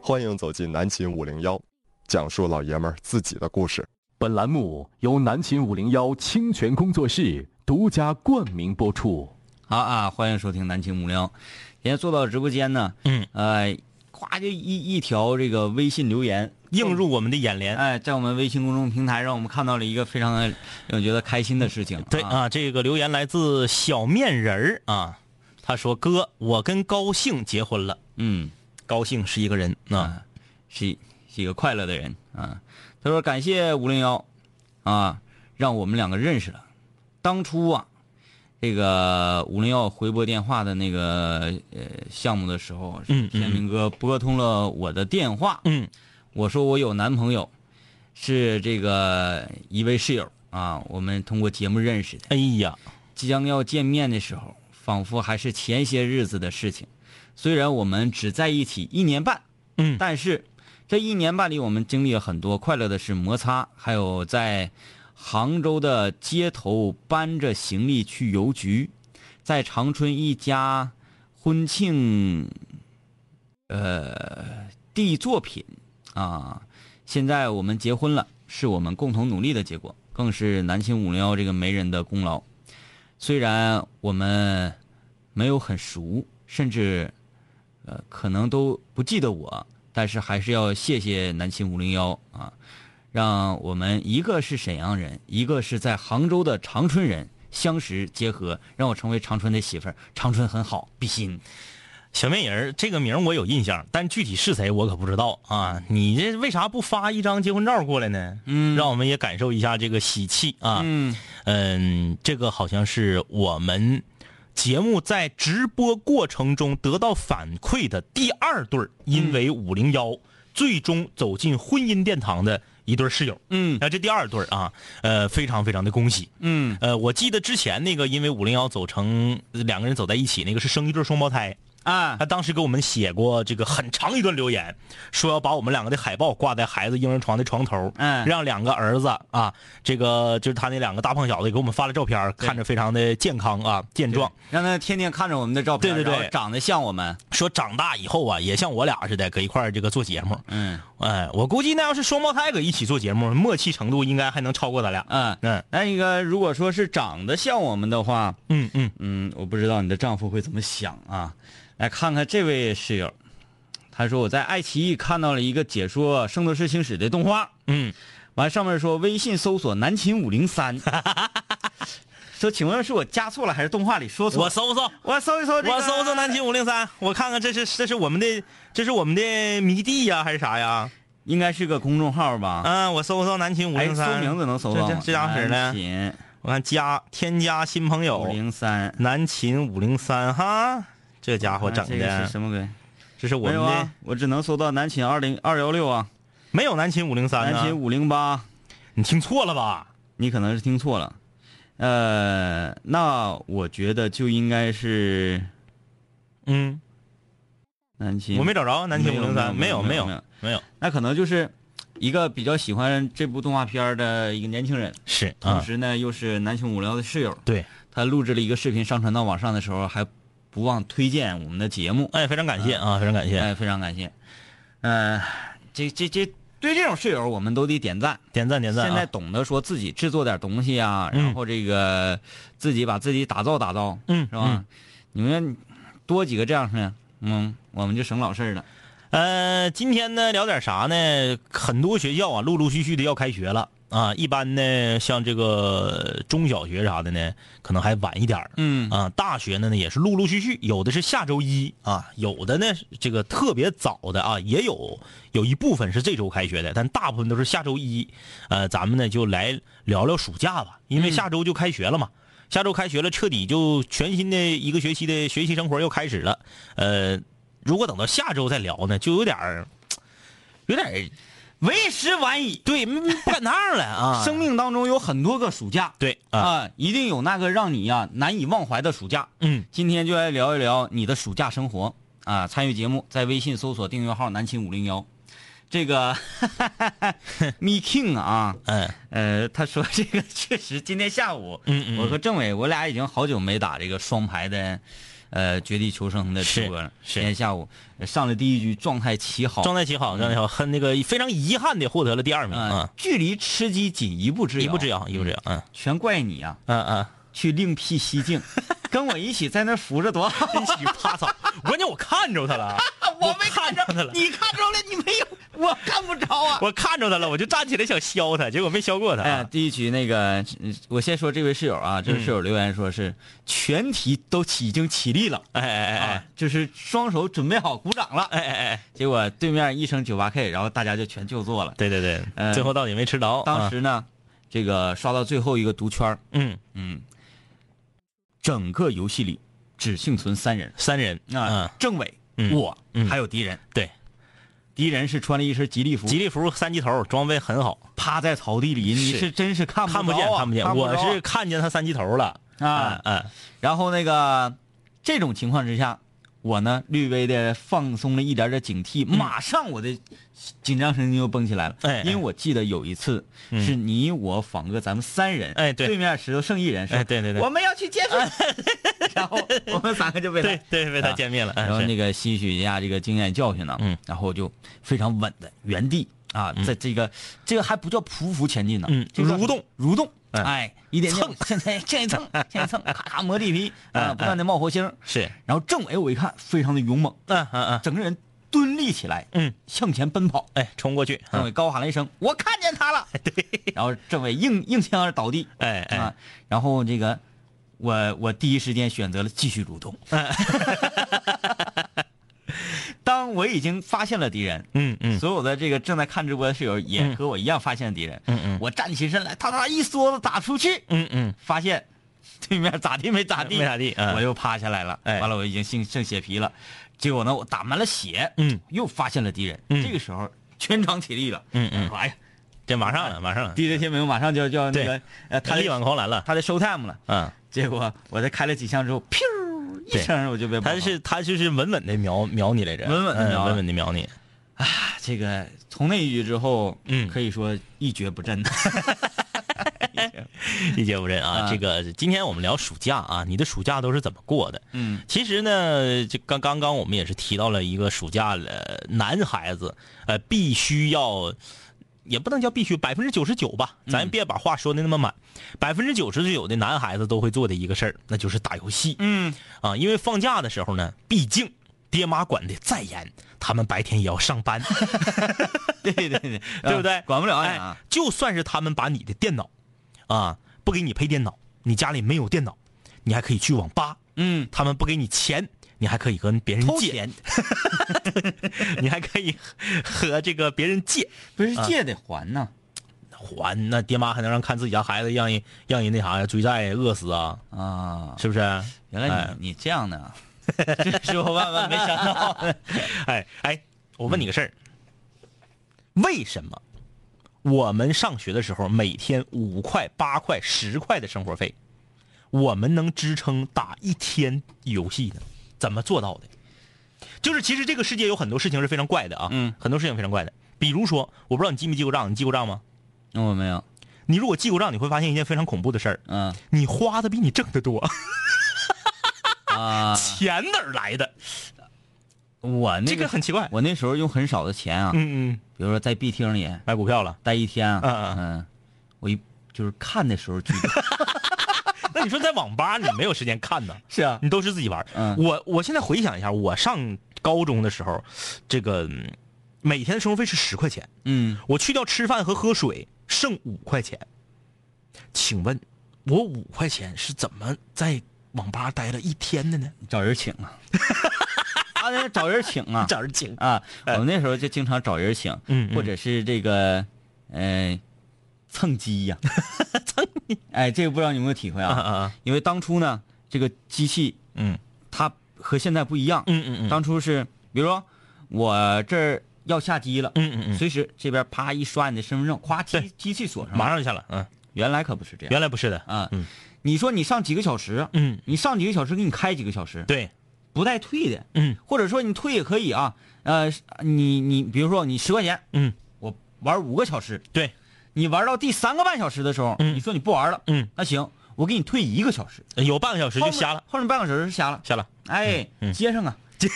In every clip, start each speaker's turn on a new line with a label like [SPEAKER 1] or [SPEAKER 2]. [SPEAKER 1] 欢迎走进南秦五零幺，讲述老爷们儿自己的故事。
[SPEAKER 2] 本栏目由南秦五零幺清泉工作室独家冠名播出。
[SPEAKER 3] 好啊，欢迎收听南秦五零幺。今天坐到直播间呢，
[SPEAKER 4] 嗯，
[SPEAKER 3] 呃，咵就一一条这个微信留言
[SPEAKER 4] 映入我们的眼帘。
[SPEAKER 3] 哎，在我们微信公众平台，让我们看到了一个非常让我觉得开心的事情。
[SPEAKER 4] 对
[SPEAKER 3] 啊，
[SPEAKER 4] 啊，这个留言来自小面人儿啊，他说：“哥，我跟高兴结婚了。
[SPEAKER 3] 嗯，
[SPEAKER 4] 高兴是一个人啊，
[SPEAKER 3] 是一是一个快乐的人啊。他说感谢五零幺啊，让我们两个认识了。当初啊，这个五零幺回拨电话的那个呃项目的时候，
[SPEAKER 4] 嗯嗯
[SPEAKER 3] 天明哥拨通了我的电话，
[SPEAKER 4] 嗯，
[SPEAKER 3] 我说我有男朋友，是这个一位室友啊，我们通过节目认识的。
[SPEAKER 4] 哎呀，
[SPEAKER 3] 即将要见面的时候，仿佛还是前些日子的事情。虽然我们只在一起一年半，
[SPEAKER 4] 嗯
[SPEAKER 3] 但是这一年半里，我们经历了很多快乐的事、摩擦，还有在杭州的街头搬着行李去邮局，在长春一家婚庆，呃，地作品啊。现在我们结婚了，是我们共同努力的结果，更是南青五零幺这个媒人的功劳。虽然我们没有很熟，甚至呃可能都不记得我，但是还是要谢谢南秦五零幺啊，让我们一个是沈阳人，一个是在杭州的长春人相识结合，让我成为长春的媳妇儿。长春很好，比心。
[SPEAKER 4] 小面人儿这个名儿我有印象，但具体是谁我可不知道啊。你这为啥不发一张结婚照过来呢？
[SPEAKER 3] 嗯
[SPEAKER 4] 让我们也感受一下这个喜气啊。
[SPEAKER 3] 嗯
[SPEAKER 4] 嗯，这个好像是我们节目在直播过程中得到反馈的第二对儿，
[SPEAKER 3] 嗯
[SPEAKER 4] 因为五零幺最终走进婚姻殿堂的一对儿室友。
[SPEAKER 3] 嗯
[SPEAKER 4] 那这第二对儿啊，呃，非常非常的恭喜。
[SPEAKER 3] 嗯
[SPEAKER 4] 呃，我记得之前那个，因为五零幺走成两个人走在一起，那个是生一对儿双胞胎。
[SPEAKER 3] 啊
[SPEAKER 4] 他当时给我们写过这个很长一段留言，说要把我们两个的海报挂在孩子婴儿床的床头，
[SPEAKER 3] 嗯
[SPEAKER 4] 让两个儿子啊，这个就是他那两个大胖小子给我们发了照片，看着非常的健康啊健壮，
[SPEAKER 3] 让他天天看着我们的照片，
[SPEAKER 4] 对对对
[SPEAKER 3] 然后长得像我们。
[SPEAKER 4] 说长大以后啊也像我俩似的搁一块儿这个做节目，
[SPEAKER 3] 嗯
[SPEAKER 4] 哎，我估计那要是双胞胎搁一起做节目，默契程度应该还能超过咱俩，
[SPEAKER 3] 嗯，
[SPEAKER 4] 嗯
[SPEAKER 3] 那一个如果说是长得像我们的话，
[SPEAKER 4] 嗯嗯，
[SPEAKER 3] 嗯，我不知道你的丈夫会怎么想啊。来看看这位室友，他说我在爱奇艺看到了一个解说《圣斗士星矢》的动画，
[SPEAKER 4] 嗯，
[SPEAKER 3] 完上面说微信搜索南秦五零三， 说请问是我加错了还是动画里说错？
[SPEAKER 4] 我搜搜。
[SPEAKER 3] 我搜一搜、这个，
[SPEAKER 4] 我搜搜南，秦五零三，我看看这是这是我们的这是我们的迷弟呀、还是啥呀？
[SPEAKER 3] 应该是个公众号吧？
[SPEAKER 4] 嗯，我搜搜南秦五
[SPEAKER 3] 哎，
[SPEAKER 4] 零三，
[SPEAKER 3] 搜名字能搜到
[SPEAKER 4] 这
[SPEAKER 3] 吗
[SPEAKER 4] 这？这家伙
[SPEAKER 3] 南
[SPEAKER 4] 呢？
[SPEAKER 3] 秦
[SPEAKER 4] 我看加添加新朋
[SPEAKER 3] 五
[SPEAKER 4] 友，
[SPEAKER 3] 零三，
[SPEAKER 4] 南秦五零三哈，这家伙整
[SPEAKER 3] 啊这个是
[SPEAKER 4] 的，
[SPEAKER 3] 什么鬼？
[SPEAKER 4] 这是我
[SPEAKER 3] 没
[SPEAKER 4] 们
[SPEAKER 3] 有
[SPEAKER 4] 的
[SPEAKER 3] 啊，我只能搜到南秦二零二幺六啊，
[SPEAKER 4] 没有南秦五零三啊
[SPEAKER 3] 南秦
[SPEAKER 4] 呢？
[SPEAKER 3] 五零八。
[SPEAKER 4] 你听错了吧？
[SPEAKER 3] 你可能是听错了。呃，那我觉得就应该是
[SPEAKER 4] 嗯，
[SPEAKER 3] 南秦，
[SPEAKER 4] 我没找着南秦五零三，
[SPEAKER 3] 没
[SPEAKER 4] 没
[SPEAKER 3] 有
[SPEAKER 4] 有
[SPEAKER 3] 没有
[SPEAKER 4] 没
[SPEAKER 3] 没有
[SPEAKER 4] 有没有，
[SPEAKER 3] 那可能就是一个比较喜欢这部动画片的一个年轻人，
[SPEAKER 4] 是
[SPEAKER 3] 同
[SPEAKER 4] 啊，
[SPEAKER 3] 时呢又是南秦五聊的室友，
[SPEAKER 4] 对，
[SPEAKER 3] 他录制了一个视频上传到网上的时候，还不忘推荐我们的节目，
[SPEAKER 4] 哎，非常感谢啊，非常感谢，
[SPEAKER 3] 哎，非常感谢。呃，这这这对这种室友我们都得点赞，
[SPEAKER 4] 点赞点赞
[SPEAKER 3] 现在
[SPEAKER 4] 啊，
[SPEAKER 3] 懂得说自己制作点东西啊，
[SPEAKER 4] 嗯
[SPEAKER 3] 然后这个自己把自己打造打造，
[SPEAKER 4] 嗯
[SPEAKER 3] 是吧？你们多几个这样的，嗯，我们就省老事儿了。
[SPEAKER 4] 呃，今天呢聊点啥呢？很多学校啊，陆陆续续的要开学了啊。一般呢，像这个中小学啥的呢，可能还晚一点儿
[SPEAKER 3] 嗯
[SPEAKER 4] 啊。大学呢呢也是陆陆续续，有的是下周一啊，有的呢这个特别早的啊，也有有一部分是这周开学的，但大部分都是下周一。呃，咱们呢就来聊聊暑假吧，因为下周就开学了嘛。下周开学了，彻底就全新的一个学期的学习生活又开始了。呃，如果等到下周再聊呢，就有点儿，有点儿
[SPEAKER 3] 为时晚矣。
[SPEAKER 4] 对嗯不赶趟了啊。
[SPEAKER 3] 生命当中有很多个暑假，
[SPEAKER 4] 对
[SPEAKER 3] 啊、
[SPEAKER 4] 啊，
[SPEAKER 3] 一定有那个让你呀、难以忘怀的暑假。
[SPEAKER 4] 嗯，
[SPEAKER 3] 今天就来聊一聊你的暑假生活啊！参与节目，在微信搜索订阅号“南秦五零幺”。这个 Me King 啊，
[SPEAKER 4] 哎，
[SPEAKER 3] 呃，他说这个确实今天下午，
[SPEAKER 4] 嗯嗯
[SPEAKER 3] 我和政委我俩已经好久没打这个双排的，呃绝地求生的直播了。
[SPEAKER 4] 是是
[SPEAKER 3] 今天下午呃上了第一局，状态奇好，
[SPEAKER 4] 状态极好，状态极好，很那个非常遗憾的获得了第二名
[SPEAKER 3] 啊、
[SPEAKER 4] 啊，
[SPEAKER 3] 距离吃鸡仅一步之遥，
[SPEAKER 4] 一步之遥，一步之遥，嗯
[SPEAKER 3] 全怪你啊，
[SPEAKER 4] 嗯嗯，
[SPEAKER 3] 去另辟蹊 径，跟我一起在那扶着多好。
[SPEAKER 4] 一起趴草，关键我看着他了， 我没看着他了，
[SPEAKER 3] 你看着了，你没有，我看不着啊。
[SPEAKER 4] 我看着他了，我就站起来想削他，结果没削过他
[SPEAKER 3] 哎呀
[SPEAKER 4] 啊，，
[SPEAKER 3] 第一局那个，嗯我先说这位室友
[SPEAKER 4] 嗯
[SPEAKER 3] 啊，这位室友留言说是、全体都起已经起立了，
[SPEAKER 4] 哎哎哎
[SPEAKER 3] 啊
[SPEAKER 4] 哎，
[SPEAKER 3] 就是双手准备好鼓掌了，哎哎哎，结果对面一声九八 K，然后大家就全就坐了。
[SPEAKER 4] 对对对，
[SPEAKER 3] 呃
[SPEAKER 4] 最后到底没吃着，
[SPEAKER 3] 当
[SPEAKER 4] 啊
[SPEAKER 3] 时呢，这个刷到最后一个毒圈儿，
[SPEAKER 4] 嗯，
[SPEAKER 3] 嗯，整个游戏里只幸存三人，
[SPEAKER 4] 三人
[SPEAKER 3] 啊
[SPEAKER 4] 啊，，
[SPEAKER 3] 政委、
[SPEAKER 4] 嗯
[SPEAKER 3] 我、
[SPEAKER 4] 嗯
[SPEAKER 3] 还有敌人，
[SPEAKER 4] 对，
[SPEAKER 3] 敌人是穿了一身吉利服，
[SPEAKER 4] 吉利服三级头，装备很好，
[SPEAKER 3] 趴在草地里，你
[SPEAKER 4] 是
[SPEAKER 3] 是真是看
[SPEAKER 4] 看
[SPEAKER 3] 不着
[SPEAKER 4] 不见
[SPEAKER 3] 啊
[SPEAKER 4] 看不见，
[SPEAKER 3] 不
[SPEAKER 4] 我
[SPEAKER 3] 着啊
[SPEAKER 4] 是看见他三级头了
[SPEAKER 3] 啊
[SPEAKER 4] 嗯
[SPEAKER 3] 然后那个这种情况之下，我呢略微的放松了一点点警惕，马上我的紧张神经就绷起来了。
[SPEAKER 4] 哎哎
[SPEAKER 3] 因为我记得有一次、是你我仿哥咱们三人，
[SPEAKER 4] 哎对
[SPEAKER 3] 面石头剩一人，说
[SPEAKER 4] 哎对对对
[SPEAKER 3] 我们要去接水， 然后我们三个就被他
[SPEAKER 4] 对对，被他歼灭了，
[SPEAKER 3] 啊然后
[SPEAKER 4] 嗯，
[SPEAKER 3] 那
[SPEAKER 4] 是
[SPEAKER 3] 个吸取一下这个经验教训呢，
[SPEAKER 4] 嗯，
[SPEAKER 3] 然后就非常稳的原地啊，在这个这个还不叫匍匐前进呢，
[SPEAKER 4] 嗯
[SPEAKER 3] 这个叫
[SPEAKER 4] 蠕动哎
[SPEAKER 3] 蠕动，
[SPEAKER 4] 嗯
[SPEAKER 3] 哎，一点蹭，现在这一蹭， 这一蹭，咔咔磨地皮啊，
[SPEAKER 4] 嗯
[SPEAKER 3] 不断的冒火星。
[SPEAKER 4] 是，
[SPEAKER 3] 然后政委我一看非常的勇猛，
[SPEAKER 4] 嗯嗯嗯，
[SPEAKER 3] 整个人蹲立起来，
[SPEAKER 4] 嗯，
[SPEAKER 3] 向前奔跑。
[SPEAKER 4] 哎，冲过去，
[SPEAKER 3] 政
[SPEAKER 4] 嗯
[SPEAKER 3] 委高喊了一声：“我看见他了！”对，然后政委硬硬枪而倒地，
[SPEAKER 4] 哎哎
[SPEAKER 3] 啊，然后这个我我第一时间选择了继续蠕动。
[SPEAKER 4] 嗯
[SPEAKER 3] 当我已经发现了敌人，
[SPEAKER 4] 嗯嗯
[SPEAKER 3] 所有的这个正在看直播的室友也和我一样发现了敌人，嗯嗯，我站起身来，哒哒一梭子打出去，
[SPEAKER 4] 嗯嗯，
[SPEAKER 3] 发现 对面咋地没咋地，
[SPEAKER 4] 没咋地嗯
[SPEAKER 3] 我又趴下来了。
[SPEAKER 4] 哎
[SPEAKER 3] 完了我已经剩剩血皮了，结果呢我打满了血，
[SPEAKER 4] 嗯，
[SPEAKER 3] 又发现了敌人。
[SPEAKER 4] 嗯
[SPEAKER 3] 这个时候全场起立了，
[SPEAKER 4] 嗯嗯
[SPEAKER 3] 说哎呀
[SPEAKER 4] 这马上了，马上了，
[SPEAKER 3] ，DJ 天明马上就要就要那
[SPEAKER 4] 对
[SPEAKER 3] 个呃他
[SPEAKER 4] 他
[SPEAKER 3] 的
[SPEAKER 4] 力挽狂澜了，
[SPEAKER 3] 他的 show time 了，
[SPEAKER 4] 嗯。
[SPEAKER 3] 结果我在开了几枪之后，噗一
[SPEAKER 4] 对
[SPEAKER 3] 声我就被爆
[SPEAKER 4] 他
[SPEAKER 3] 了
[SPEAKER 4] 是他就是稳稳的瞄瞄你来着，
[SPEAKER 3] 稳稳地
[SPEAKER 4] 嗯
[SPEAKER 3] 瞄了
[SPEAKER 4] 稳稳的瞄你，
[SPEAKER 3] 啊这个从那一局之后，
[SPEAKER 4] 嗯
[SPEAKER 3] 可以说一蹶不振。
[SPEAKER 4] 一蹶不振啊！
[SPEAKER 3] 啊
[SPEAKER 4] 这个今天我们聊暑假啊，你的暑假都是怎么过的？
[SPEAKER 3] 嗯，
[SPEAKER 4] 其实呢，这刚刚刚我们也是提到了一个暑假了，男孩子呃必须要，也不能叫必须，百分之九十九吧，
[SPEAKER 3] 嗯
[SPEAKER 4] 咱别把话说的那么满，百分之九十九的男孩子都会做的一个事儿，那就是打游戏。
[SPEAKER 3] 嗯，
[SPEAKER 4] 啊，因为放假的时候呢，毕竟爹妈管的再严，他们白天也要 上班，
[SPEAKER 3] 对对 对，
[SPEAKER 4] 对不对？
[SPEAKER 3] 啊管不了你
[SPEAKER 4] 哎
[SPEAKER 3] 啊，，
[SPEAKER 4] 就算是他们把你的电脑啊不给你配电脑，你家里没有电脑，你还可以去网吧，
[SPEAKER 3] 嗯，
[SPEAKER 4] 他们不给你钱，你还可以跟别人
[SPEAKER 3] 偷
[SPEAKER 4] 借，
[SPEAKER 3] 钱
[SPEAKER 4] 你还可以和这个别人借
[SPEAKER 3] 不是借得还呢。
[SPEAKER 4] 还。那爹妈还能让看自己家孩子让人让人那啥呀追债饿死啊？
[SPEAKER 3] 啊，
[SPEAKER 4] 是不 是？
[SPEAKER 3] 原来你、
[SPEAKER 4] 哎
[SPEAKER 3] 你这样的啊，这是我万万没想到。
[SPEAKER 4] 哎哎，我问你个事儿，为什么我们上学的时候每天五块、八块、十块的生活费，我们能支撑打一天游戏呢？怎么做到的？就是其实这个世界有很多事情是非常怪的啊，
[SPEAKER 3] 嗯，
[SPEAKER 4] 很多事情非常怪的。比如说，我不知道你记没记过账，你记过账吗？
[SPEAKER 3] 那我没有，
[SPEAKER 4] 你如果记过账，你会发现一件非常恐怖的事儿，
[SPEAKER 3] 嗯
[SPEAKER 4] 你花的比你挣的 多，
[SPEAKER 3] 啊，
[SPEAKER 4] 钱哪儿来的？
[SPEAKER 3] 我那
[SPEAKER 4] 这个很奇怪。
[SPEAKER 3] 我那时候用很少的钱啊，
[SPEAKER 4] 嗯嗯，
[SPEAKER 3] 比如说在 B 厅里
[SPEAKER 4] 买股票了。
[SPEAKER 3] 待一天啊，
[SPEAKER 4] 嗯
[SPEAKER 3] 嗯，我一就是看的时候去，
[SPEAKER 4] 那你说在网吧你没有时间看呢？
[SPEAKER 3] 是啊，
[SPEAKER 4] 你都是自己玩儿。
[SPEAKER 3] 嗯
[SPEAKER 4] 我我现在回想一下，我上高中的时候，这个嗯每天的生活费是十块钱，
[SPEAKER 3] 嗯，
[SPEAKER 4] 我去掉吃饭和喝水，剩五块钱。请问，我五块钱是怎么在网吧待了一天的呢？
[SPEAKER 3] 找人请 啊，啊，那 找人请啊，
[SPEAKER 4] 找人请
[SPEAKER 3] 啊，我们那时候就经常找人请，
[SPEAKER 4] 哎嗯嗯
[SPEAKER 3] 或者是这个，呃，蹭鸡 呀、蹭鸡，哎，这个不知道你有没有体会
[SPEAKER 4] 啊
[SPEAKER 3] 啊？
[SPEAKER 4] 啊啊！
[SPEAKER 3] 因为当初呢，这个机器
[SPEAKER 4] 嗯
[SPEAKER 3] 它和现在不一样，
[SPEAKER 4] 嗯嗯嗯
[SPEAKER 3] 当初是比如说我这儿要下机了，
[SPEAKER 4] 嗯嗯嗯，
[SPEAKER 3] 随时这边啪一刷你的身份证，咵机机器锁上了，
[SPEAKER 4] 马上就下了。嗯，
[SPEAKER 3] 原来可不是这样
[SPEAKER 4] 原来不是的。
[SPEAKER 3] 啊，
[SPEAKER 4] 嗯
[SPEAKER 3] 你说你上几个小时，
[SPEAKER 4] 嗯，
[SPEAKER 3] 你上几个小时给你开几个小时，
[SPEAKER 4] 对，
[SPEAKER 3] 不带退的，
[SPEAKER 4] 嗯
[SPEAKER 3] 或者说你退也可以啊，呃，你你比如说你十块钱，
[SPEAKER 4] 嗯
[SPEAKER 3] 我玩五个小时，
[SPEAKER 4] 对，
[SPEAKER 3] 你玩到第三个半小时的时候，
[SPEAKER 4] 嗯
[SPEAKER 3] 你说你不玩了，
[SPEAKER 4] 嗯
[SPEAKER 3] 那行，我给你退一个小时，
[SPEAKER 4] 呃有半个小时就瞎了，
[SPEAKER 3] 后面，后面半个小时是瞎了，
[SPEAKER 4] 瞎了，
[SPEAKER 3] 哎，
[SPEAKER 4] 嗯嗯
[SPEAKER 3] 接上啊，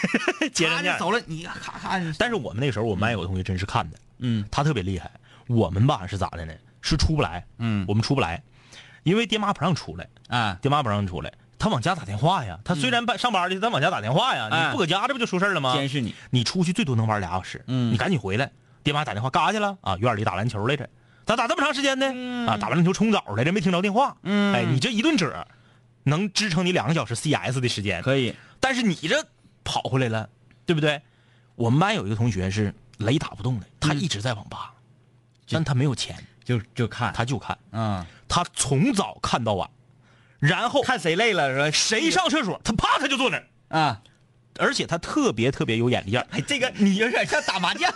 [SPEAKER 4] 接
[SPEAKER 3] 咔
[SPEAKER 4] 着
[SPEAKER 3] 就
[SPEAKER 4] 念。
[SPEAKER 3] 走了，你咔咔，
[SPEAKER 4] 但是我们那时候，我们班有个同学真是看的，
[SPEAKER 3] 嗯
[SPEAKER 4] 他特别厉害。我们吧是咋的呢？是出不来，
[SPEAKER 3] 嗯
[SPEAKER 4] 我们出不来，因为爹妈不让出来，
[SPEAKER 3] 啊，
[SPEAKER 4] 爹妈不让出来，他往家打电话呀。他虽然班上班去，他往家打电话呀。
[SPEAKER 3] 嗯哎
[SPEAKER 4] 你不搁家，这不就出事儿了吗？
[SPEAKER 3] 监视你，
[SPEAKER 4] 你出去最多能玩俩小时，
[SPEAKER 3] 嗯
[SPEAKER 4] 你赶紧回来。爹妈打电话干啥去了？啊，院里打篮球来着。咋打这么长时间呢？啊，打完篮球冲澡来着，没听着电话。
[SPEAKER 3] 嗯
[SPEAKER 4] 哎，你这一顿褶，能支撑你两个小时 CS 的时间。
[SPEAKER 3] 可以，
[SPEAKER 4] 但是你这跑回来了，对不对？我们班有一个同学是雷打不动的，他一直在网
[SPEAKER 3] 嗯
[SPEAKER 4] 吧，但他没有钱，
[SPEAKER 3] 就就看，
[SPEAKER 4] 他就看，
[SPEAKER 3] 啊，
[SPEAKER 4] 他从早看到晚，然后
[SPEAKER 3] 看谁累了，说
[SPEAKER 4] 谁上厕所，他啪他就坐那儿，
[SPEAKER 3] 啊，
[SPEAKER 4] 而且他特别特别有眼力劲儿。
[SPEAKER 3] 哎，这个你有点像打麻 将，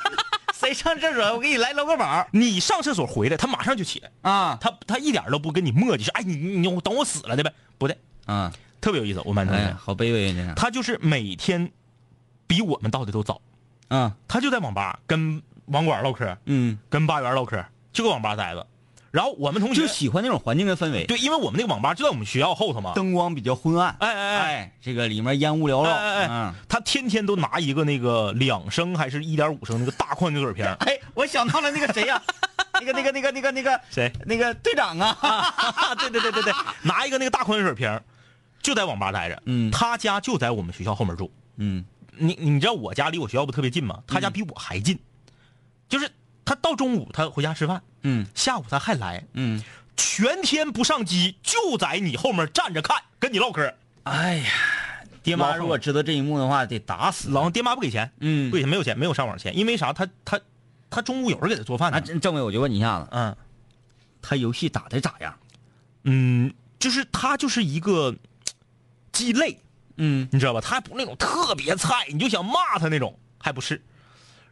[SPEAKER 3] 谁上厕所我给你来搂个宝
[SPEAKER 4] 你上厕所回来，他马上就起来，
[SPEAKER 3] 啊
[SPEAKER 4] 他他一点都不跟你磨叽，说哎你你你等我死了的呗，不对，
[SPEAKER 3] 啊，
[SPEAKER 4] 特别有意思。我们班同
[SPEAKER 3] 哎
[SPEAKER 4] 学，
[SPEAKER 3] 呀，好卑微这样，
[SPEAKER 4] 他就是每天比我们到的都早，
[SPEAKER 3] 啊，
[SPEAKER 4] 他就在网吧跟网管唠嗑，
[SPEAKER 3] 嗯，
[SPEAKER 4] 跟吧员唠嗑，就搁网吧待着。然后我们同学
[SPEAKER 3] 就喜欢那种环境跟氛围，
[SPEAKER 4] 对，因为我们那个网吧就在我们学校后头嘛。
[SPEAKER 3] 灯光比较昏暗，
[SPEAKER 4] 哎哎哎
[SPEAKER 3] 哎，这个里面烟雾缭绕，
[SPEAKER 4] 哎哎哎
[SPEAKER 3] 嗯，，
[SPEAKER 4] 他天天都拿一个那个两升还是一点五升那个大矿泉水瓶儿
[SPEAKER 3] 哎，我想到了那个谁 呀、那个那个那个那个那个
[SPEAKER 4] 谁？
[SPEAKER 3] 那个队长啊，
[SPEAKER 4] 对对对对对，拿一个那个大矿泉水瓶儿，就在网吧待着。
[SPEAKER 3] 嗯
[SPEAKER 4] 他家就在我们学校后面住。
[SPEAKER 3] 嗯
[SPEAKER 4] 你你知道我家离我学校不特别近吗？他家比我还近，就是他到中午他回家吃饭，
[SPEAKER 3] 嗯
[SPEAKER 4] 下午他还来，
[SPEAKER 3] 嗯，
[SPEAKER 4] 全天不上机，就在你后面站着看，跟你唠嗑。
[SPEAKER 3] 哎呀，
[SPEAKER 4] 爹
[SPEAKER 3] 爹
[SPEAKER 4] 妈
[SPEAKER 3] 妈
[SPEAKER 4] 如
[SPEAKER 3] 如
[SPEAKER 4] 果
[SPEAKER 3] 果知道这一幕的话，得打死
[SPEAKER 4] 老王爹妈不给钱，
[SPEAKER 3] 嗯
[SPEAKER 4] 不给钱，没有钱，没有上网钱，因为啥？他他他中午有人给他做饭
[SPEAKER 3] 啊，
[SPEAKER 4] 呢。
[SPEAKER 3] 政政委，我就问你一下子，
[SPEAKER 4] 嗯
[SPEAKER 3] 他游戏打的咋样？
[SPEAKER 4] 嗯，就是他就是一个嘖鸡肋，
[SPEAKER 3] 嗯
[SPEAKER 4] 你知道吧？他还不是那种特别菜，你就想骂他那种，还不是。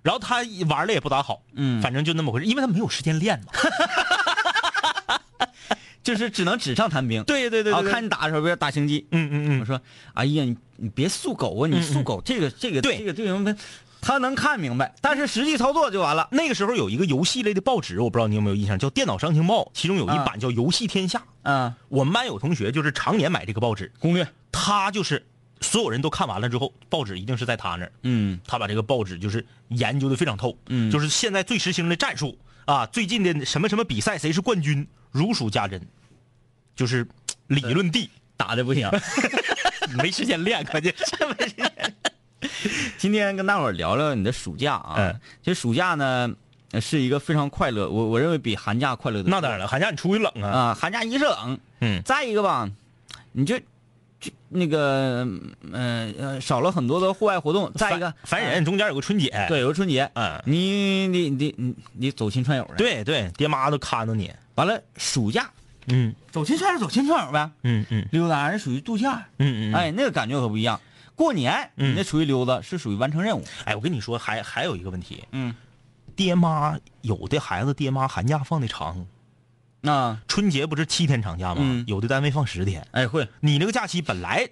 [SPEAKER 4] 然后他一玩的也不咋好，
[SPEAKER 3] 嗯
[SPEAKER 4] 反正就那么回事，因为他没有时间练嘛。
[SPEAKER 3] 就是只能纸上谈兵。
[SPEAKER 4] 对对
[SPEAKER 3] 啊，看你打的时候，比如打星际，
[SPEAKER 4] 嗯嗯
[SPEAKER 3] 我
[SPEAKER 4] 嗯，
[SPEAKER 3] 说，哎呀，你你别速狗啊，你速狗这个这个
[SPEAKER 4] 对
[SPEAKER 3] 这个对什么？他能看明白，但是实际操作就完了。
[SPEAKER 4] 那个时候有一个游戏类的报纸，我不知道你有没有印象，叫《电脑商情报》，其中有一
[SPEAKER 3] 啊
[SPEAKER 4] 版叫《游戏天下》。
[SPEAKER 3] 啊，
[SPEAKER 4] 我们班有同学就是常年买这个报纸，
[SPEAKER 3] 攻略，
[SPEAKER 4] 他就是所有人都看完了之后，报纸一定是在他那儿。
[SPEAKER 3] 嗯
[SPEAKER 4] 他把这个报纸就是研究的非常透，
[SPEAKER 3] 嗯
[SPEAKER 4] 就是现在最时兴的战术啊，最近的什么什么比赛谁是冠军，如数家珍，就是嘖理论地，
[SPEAKER 3] 打的不行。
[SPEAKER 4] 没时间 练，关键是，
[SPEAKER 3] 今天跟大伙儿聊聊你的暑假啊，
[SPEAKER 4] 嗯
[SPEAKER 3] 其实暑假呢呃是一个非常快乐，我我认为比寒假快乐的
[SPEAKER 4] 那当然了，寒假你出去冷啊，
[SPEAKER 3] 啊、寒假一是冷，
[SPEAKER 4] 嗯
[SPEAKER 3] 再一个吧，你就就那个呃呃少了很多的户外活动，再一个哎
[SPEAKER 4] 烦烦人，中间有个春节，
[SPEAKER 3] 对，有个春节，
[SPEAKER 4] 嗯
[SPEAKER 3] 你你你你你走亲串友的，，
[SPEAKER 4] 对对，爹妈都看着你，
[SPEAKER 3] 完了暑假
[SPEAKER 4] 嗯
[SPEAKER 3] 走亲串友走亲串友呗，
[SPEAKER 4] 嗯嗯
[SPEAKER 3] 溜达人属于度假，
[SPEAKER 4] 嗯嗯，哎
[SPEAKER 3] 哎，那个感觉可不一样。过年你
[SPEAKER 4] 嗯
[SPEAKER 3] 那出去溜达是属于完成任务，
[SPEAKER 4] 哎，我跟你说，还还有一个问题，
[SPEAKER 3] 嗯，
[SPEAKER 4] 爹妈有的孩子爹妈寒假放的长，
[SPEAKER 3] 啊，
[SPEAKER 4] 春节不是七天长假吗？
[SPEAKER 3] 嗯
[SPEAKER 4] 有的单位放十天，
[SPEAKER 3] 哎会，
[SPEAKER 4] 你那个假期本来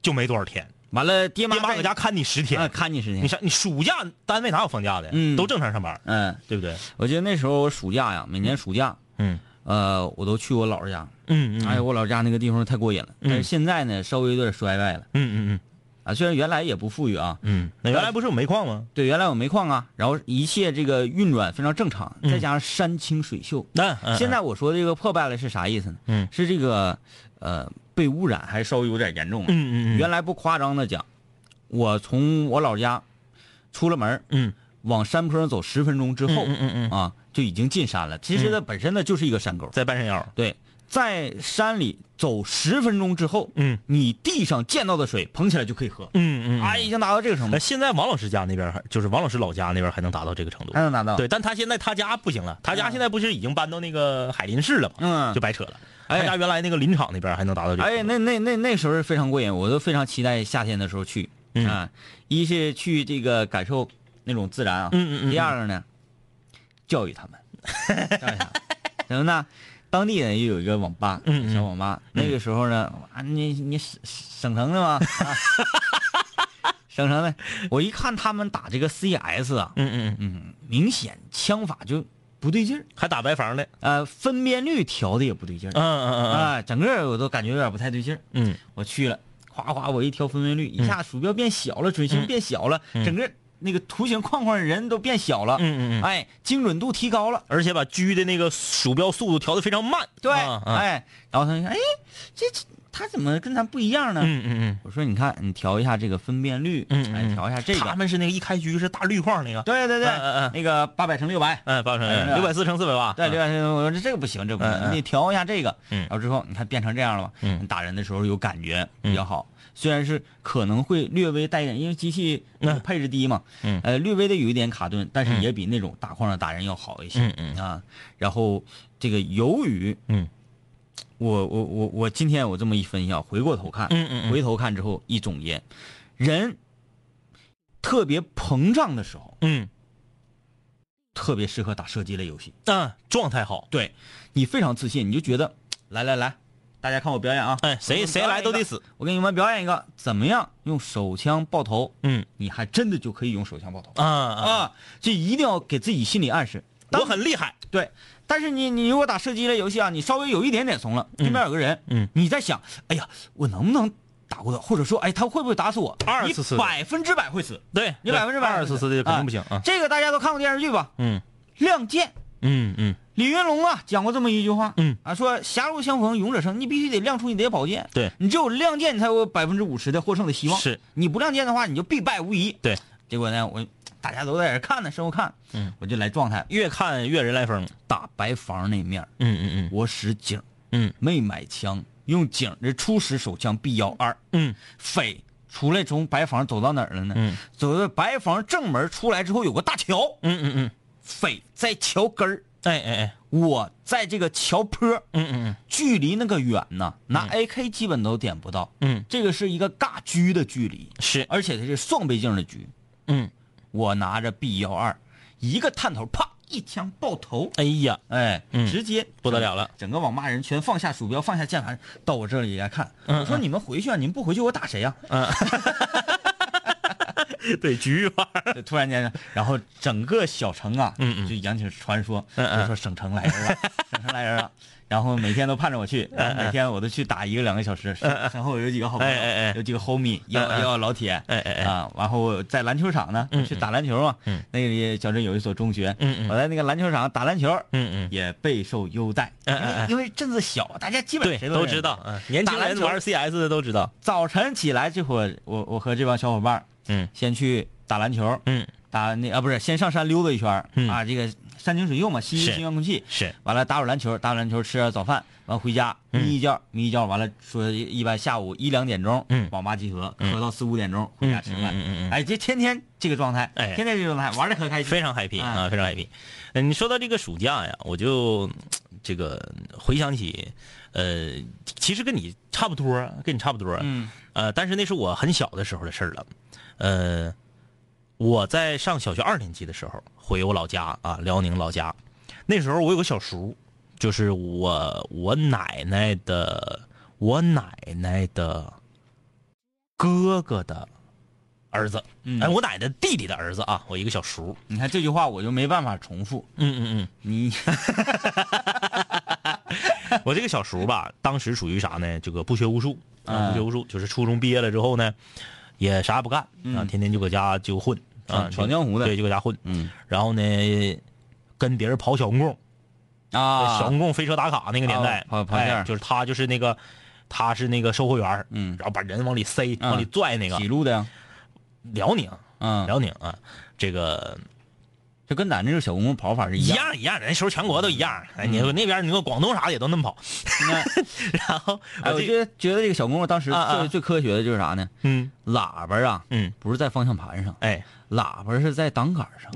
[SPEAKER 4] 就没多少天。
[SPEAKER 3] 完了爹妈
[SPEAKER 4] 爹妈
[SPEAKER 3] 在
[SPEAKER 4] 搁家看你十天，
[SPEAKER 3] 啊看你十天
[SPEAKER 4] 你，上你暑假单位哪有放假的？
[SPEAKER 3] 嗯
[SPEAKER 4] 都正常上班，
[SPEAKER 3] 嗯。
[SPEAKER 4] 对不对？
[SPEAKER 3] 我记得那时候我暑假呀，每年暑假，
[SPEAKER 4] 嗯
[SPEAKER 3] 呃，我都去我姥姥家。
[SPEAKER 4] 嗯
[SPEAKER 3] 哎呀，我姥姥家那个地方太过瘾了，但是现在呢，稍微有点衰败了
[SPEAKER 4] 嗯嗯嗯
[SPEAKER 3] 啊。虽然原来也不富裕啊，
[SPEAKER 4] 嗯，那原来不是有煤矿吗？
[SPEAKER 3] 对，原来有煤矿啊，然后一切这个运转非常正常，
[SPEAKER 4] 嗯
[SPEAKER 3] 再加上山清水秀。
[SPEAKER 4] 那、嗯
[SPEAKER 3] 现在我说这个破败了是啥意思呢？
[SPEAKER 4] 嗯
[SPEAKER 3] 是这个呃被污染还稍微有点严重了。
[SPEAKER 4] 嗯嗯嗯
[SPEAKER 3] 原来不夸张的讲，我从我姥家出了门儿
[SPEAKER 4] 嗯
[SPEAKER 3] 往山坡上走十分钟之后
[SPEAKER 4] 嗯嗯嗯嗯，
[SPEAKER 3] 啊，就已经进山了。其实它本身呢就是一个山沟。
[SPEAKER 4] 在半山腰，
[SPEAKER 3] 对，在山里走十分钟之后，
[SPEAKER 4] 嗯
[SPEAKER 3] 你地上见到的水捧起来就可以喝。
[SPEAKER 4] 嗯
[SPEAKER 3] 啊，已经达到这个程度
[SPEAKER 4] 哎，，现在王老师家那边还就是王老师老家那边还能达到这个程度
[SPEAKER 3] 还，能达到。
[SPEAKER 4] 对，但他现在他家不行了，他家
[SPEAKER 3] 嗯
[SPEAKER 4] 现在不是已经搬到那个海林市了吗？
[SPEAKER 3] 嗯
[SPEAKER 4] 就白扯了。
[SPEAKER 3] 哎
[SPEAKER 4] 他家原来那个林场那边还能达到这个程度，
[SPEAKER 3] 哎，那那那那时候是非常过瘾，我都非常期待夏天的时候去。
[SPEAKER 4] 嗯
[SPEAKER 3] 啊，一是去这个感受那种自然啊，
[SPEAKER 4] 嗯嗯嗯嗯
[SPEAKER 3] 第二个呢，教育他们，教育他们，什么呢？当地呢也有一个网吧，
[SPEAKER 4] 嗯嗯
[SPEAKER 3] 小网吧。那个时候呢，啊，你你省省城的吗？啊省城的，我一看他们打这个 CS 啊，
[SPEAKER 4] 嗯嗯嗯
[SPEAKER 3] 嗯，明显枪法就不对劲儿，
[SPEAKER 4] 还打白房的，
[SPEAKER 3] 呃，分辨率调的也不对劲儿，
[SPEAKER 4] 嗯嗯
[SPEAKER 3] 啊，整个我都感觉有点不太对劲儿。
[SPEAKER 4] 嗯
[SPEAKER 3] 我去了，夸夸我一调分辨率，一下鼠标变小了，准
[SPEAKER 4] 嗯
[SPEAKER 3] 星变小了，整个那个图形框框人都变小了，
[SPEAKER 4] 嗯嗯嗯，
[SPEAKER 3] 哎，精准度提高了。
[SPEAKER 4] 而且把狙的那个鼠标速度调的非常慢，
[SPEAKER 3] 对，
[SPEAKER 4] 啊啊
[SPEAKER 3] 哎，然后他就说，哎，这这他怎么跟咱不一样呢？
[SPEAKER 4] 嗯嗯嗯。
[SPEAKER 3] 我说，你看，你调一下这个分辨率，
[SPEAKER 4] 嗯嗯
[SPEAKER 3] 哎，调一下这
[SPEAKER 4] 他
[SPEAKER 3] 个，
[SPEAKER 4] 们是那个一开局是大绿框那个，
[SPEAKER 3] 对对对，
[SPEAKER 4] 嗯嗯嗯
[SPEAKER 3] 那个八百乘六百，
[SPEAKER 4] 嗯，八
[SPEAKER 3] 哎
[SPEAKER 4] 成
[SPEAKER 3] 是
[SPEAKER 4] 六百四乘四百八，
[SPEAKER 3] 对，
[SPEAKER 4] 嗯
[SPEAKER 3] 六百乘我说这个不行，这个不
[SPEAKER 4] 嗯
[SPEAKER 3] 行，
[SPEAKER 4] 嗯
[SPEAKER 3] 你得调一下这个。
[SPEAKER 4] 嗯
[SPEAKER 3] 然后之后你看变成这样了吧？
[SPEAKER 4] 嗯
[SPEAKER 3] 你打人的时候有感觉比较好，虽然是可能会略微带一点，因为机器
[SPEAKER 4] 嗯
[SPEAKER 3] 配置低嘛，
[SPEAKER 4] 嗯
[SPEAKER 3] 呃，略微的有一点卡顿，但是
[SPEAKER 4] 嗯
[SPEAKER 3] 也比那种大框的打人要好一些。
[SPEAKER 4] 嗯嗯
[SPEAKER 3] 啊，然后这个由于
[SPEAKER 4] 嗯
[SPEAKER 3] 我我我我今天我这么一分析啊，回过头看，
[SPEAKER 4] 嗯嗯嗯
[SPEAKER 3] 回头看之后一总结，人特别膨胀的时候，
[SPEAKER 4] 嗯
[SPEAKER 3] 特别适合打射击类游戏。
[SPEAKER 4] 嗯，状态好，
[SPEAKER 3] 对你非常自信，你就觉得来来来，大家看我表演啊！
[SPEAKER 4] 哎，谁谁来都得死，
[SPEAKER 3] 我给你们表演一个怎么样用手枪爆头，
[SPEAKER 4] 嗯
[SPEAKER 3] 你还真的就可以用手枪爆头
[SPEAKER 4] 啊啊，
[SPEAKER 3] 啊！这一定要给自己心理暗示。
[SPEAKER 4] 我很厉害，
[SPEAKER 3] 对，但是你你如果打射击类游戏啊，你稍微有一点点怂了，对面有个人，
[SPEAKER 4] 嗯
[SPEAKER 3] 你在想，哎呀，我能不能打过他？或者说，哎，他会不会打死我？
[SPEAKER 4] 二
[SPEAKER 3] 你
[SPEAKER 4] 次刺激
[SPEAKER 3] 百分之百会死，
[SPEAKER 4] 对
[SPEAKER 3] 你百分之百
[SPEAKER 4] 二
[SPEAKER 3] 会
[SPEAKER 4] 次
[SPEAKER 3] 死
[SPEAKER 4] 四的肯定不行啊，
[SPEAKER 3] 这个大家都看过电视剧吧，
[SPEAKER 4] 嗯
[SPEAKER 3] 《亮剑》。
[SPEAKER 4] 嗯嗯，
[SPEAKER 3] 李云龙啊讲过这么一句话，
[SPEAKER 4] 嗯
[SPEAKER 3] 啊说狭路相逢勇者胜，你必须得亮出你的宝剑，
[SPEAKER 4] 对
[SPEAKER 3] 你只有亮剑，你才有百分之五十的获胜的希望。
[SPEAKER 4] 是，
[SPEAKER 3] 你不亮剑的话，你就必败无疑。
[SPEAKER 4] 对，
[SPEAKER 3] 结果呢，我大家都在这看呢，身后看，
[SPEAKER 4] 嗯，
[SPEAKER 3] 我就来状态
[SPEAKER 4] 越看越人来疯，
[SPEAKER 3] 打白房那面儿，
[SPEAKER 4] 嗯嗯嗯
[SPEAKER 3] 我使景，
[SPEAKER 4] 嗯，
[SPEAKER 3] 没买枪，用景这初始手枪 B 幺二，
[SPEAKER 4] 嗯，
[SPEAKER 3] 匪出来从白房走到哪儿了呢？
[SPEAKER 4] 嗯，
[SPEAKER 3] 走到白房正门出来之后有个大桥，
[SPEAKER 4] 嗯嗯嗯，
[SPEAKER 3] 匪在桥根儿，
[SPEAKER 4] 哎哎哎，
[SPEAKER 3] 我在这个桥坡。
[SPEAKER 4] 嗯嗯
[SPEAKER 3] 距离那个远呐，拿 AK 基本都点不到。
[SPEAKER 4] 嗯，
[SPEAKER 3] 这个是一个尬狙的距离，
[SPEAKER 4] 是，
[SPEAKER 3] 而且它是双倍镜的狙。
[SPEAKER 4] 嗯，
[SPEAKER 3] 我拿着 B 幺二，一个探头，啪，一枪爆头，
[SPEAKER 4] 哎呀，
[SPEAKER 3] 哎，
[SPEAKER 4] 嗯
[SPEAKER 3] 直接
[SPEAKER 4] 不得了了。
[SPEAKER 3] 整个网吧人全放下鼠标，放下键盘，到我这里来看。
[SPEAKER 4] 嗯
[SPEAKER 3] 我说你们回去啊，你们不回去我打谁呀、
[SPEAKER 4] 对，局吧，
[SPEAKER 3] 就突然间，然后整个小城啊，
[SPEAKER 4] 嗯嗯
[SPEAKER 3] 就扬起传说，
[SPEAKER 4] 嗯嗯
[SPEAKER 3] 就说省城来人了， 省城来人了。然后每天都盼着我去，
[SPEAKER 4] 嗯
[SPEAKER 3] 然后每天我都去打一个两个小时，身后有几个好朋友，
[SPEAKER 4] 哎哎哎
[SPEAKER 3] 有几个 homie，要、
[SPEAKER 4] 嗯嗯
[SPEAKER 3] 要老铁，
[SPEAKER 4] 哎哎哎
[SPEAKER 3] 啊，然后我在篮球场呢，
[SPEAKER 4] 嗯
[SPEAKER 3] 去打篮球嘛，
[SPEAKER 4] 嗯
[SPEAKER 3] 那里小镇有一所中学，
[SPEAKER 4] 嗯嗯
[SPEAKER 3] 我在那个篮球场打篮球，
[SPEAKER 4] 嗯嗯，
[SPEAKER 3] 也备受优待，
[SPEAKER 4] 嗯嗯嗯
[SPEAKER 3] 因为因为镇子小，大家基本
[SPEAKER 4] 对
[SPEAKER 3] 谁，
[SPEAKER 4] 都
[SPEAKER 3] 认识
[SPEAKER 4] 知道，嗯，年轻人玩 CS 的都知道，
[SPEAKER 3] 早晨起来，这会儿我我和这帮小伙伴儿
[SPEAKER 4] 嗯
[SPEAKER 3] 先去打篮球，
[SPEAKER 4] 嗯，
[SPEAKER 3] 打那啊不是先上山溜达一圈儿、
[SPEAKER 4] 嗯
[SPEAKER 3] 啊，这个山清水秀嘛，吸吸
[SPEAKER 4] 是
[SPEAKER 3] 新鲜空气。
[SPEAKER 4] 是，
[SPEAKER 3] 完了打会儿篮球，打会儿篮球吃点早饭，完回家
[SPEAKER 4] 嗯
[SPEAKER 3] 眯一觉，眯一觉完了说一一般下午一两点钟，
[SPEAKER 4] 嗯
[SPEAKER 3] 网吧集合，
[SPEAKER 4] 嗯
[SPEAKER 3] 喝到四五点钟回家吃饭，
[SPEAKER 4] 嗯嗯嗯嗯嗯
[SPEAKER 3] 哎，这天天这个状态，
[SPEAKER 4] 哎
[SPEAKER 3] 天天这个状态，玩的可开心，
[SPEAKER 4] 非常 happy
[SPEAKER 3] 哎
[SPEAKER 4] 啊，非常 happy。嗯，你说到这个暑假呀，我就嗯这个回想起，呃，其实跟你差不多，跟你差不多，
[SPEAKER 3] 嗯
[SPEAKER 4] 呃，但是那是我很小的时候的事儿了，呃，我在上小学二年级的时候回我老家啊，辽宁老家，那时候我有个小叔，就是我我奶奶的我奶奶的哥哥的儿子，
[SPEAKER 3] 嗯
[SPEAKER 4] 哎，我奶奶弟弟的儿子啊，我一个小叔，
[SPEAKER 3] 你看这句话我就没办法重复，
[SPEAKER 4] 嗯嗯嗯。
[SPEAKER 3] 你嗯
[SPEAKER 4] 我这个小叔吧，当时属于啥呢？这个不学无术
[SPEAKER 3] 嗯
[SPEAKER 4] 啊，不学无术，就是初中毕业了之后呢，也啥也不干啊，
[SPEAKER 3] 嗯
[SPEAKER 4] 天天就搁家就混啊，
[SPEAKER 3] 闯闯江湖的
[SPEAKER 4] 对，就搁家混。
[SPEAKER 3] 嗯
[SPEAKER 4] 然后呢，跟别人跑小公共，
[SPEAKER 3] 啊，
[SPEAKER 4] 小公共飞车打卡那个年代
[SPEAKER 3] 啊，跑跑
[SPEAKER 4] 哎
[SPEAKER 3] 线儿
[SPEAKER 4] 就是他就是那个，他是那个售货员，
[SPEAKER 3] 嗯
[SPEAKER 4] 然后把人往里塞，
[SPEAKER 3] 嗯
[SPEAKER 4] 往里拽那个
[SPEAKER 3] 几。路的呀，
[SPEAKER 4] 辽宁，
[SPEAKER 3] 嗯，
[SPEAKER 4] 辽宁啊，这个
[SPEAKER 3] 这跟咱这个小公共跑法是
[SPEAKER 4] 一
[SPEAKER 3] 样的。嗯
[SPEAKER 4] 样一样，那时候全国都一样。哎，你说那边你说广东啥的也都那么跑， 然后
[SPEAKER 3] 哎，我
[SPEAKER 4] 啊这
[SPEAKER 3] 觉得觉得这个小公公当时
[SPEAKER 4] 啊啊
[SPEAKER 3] 最最科学的就是啥呢？
[SPEAKER 4] 嗯
[SPEAKER 3] 喇叭啊，
[SPEAKER 4] 嗯，
[SPEAKER 3] 不是在方向盘上，
[SPEAKER 4] 哎
[SPEAKER 3] 喇叭是在挡杆 上。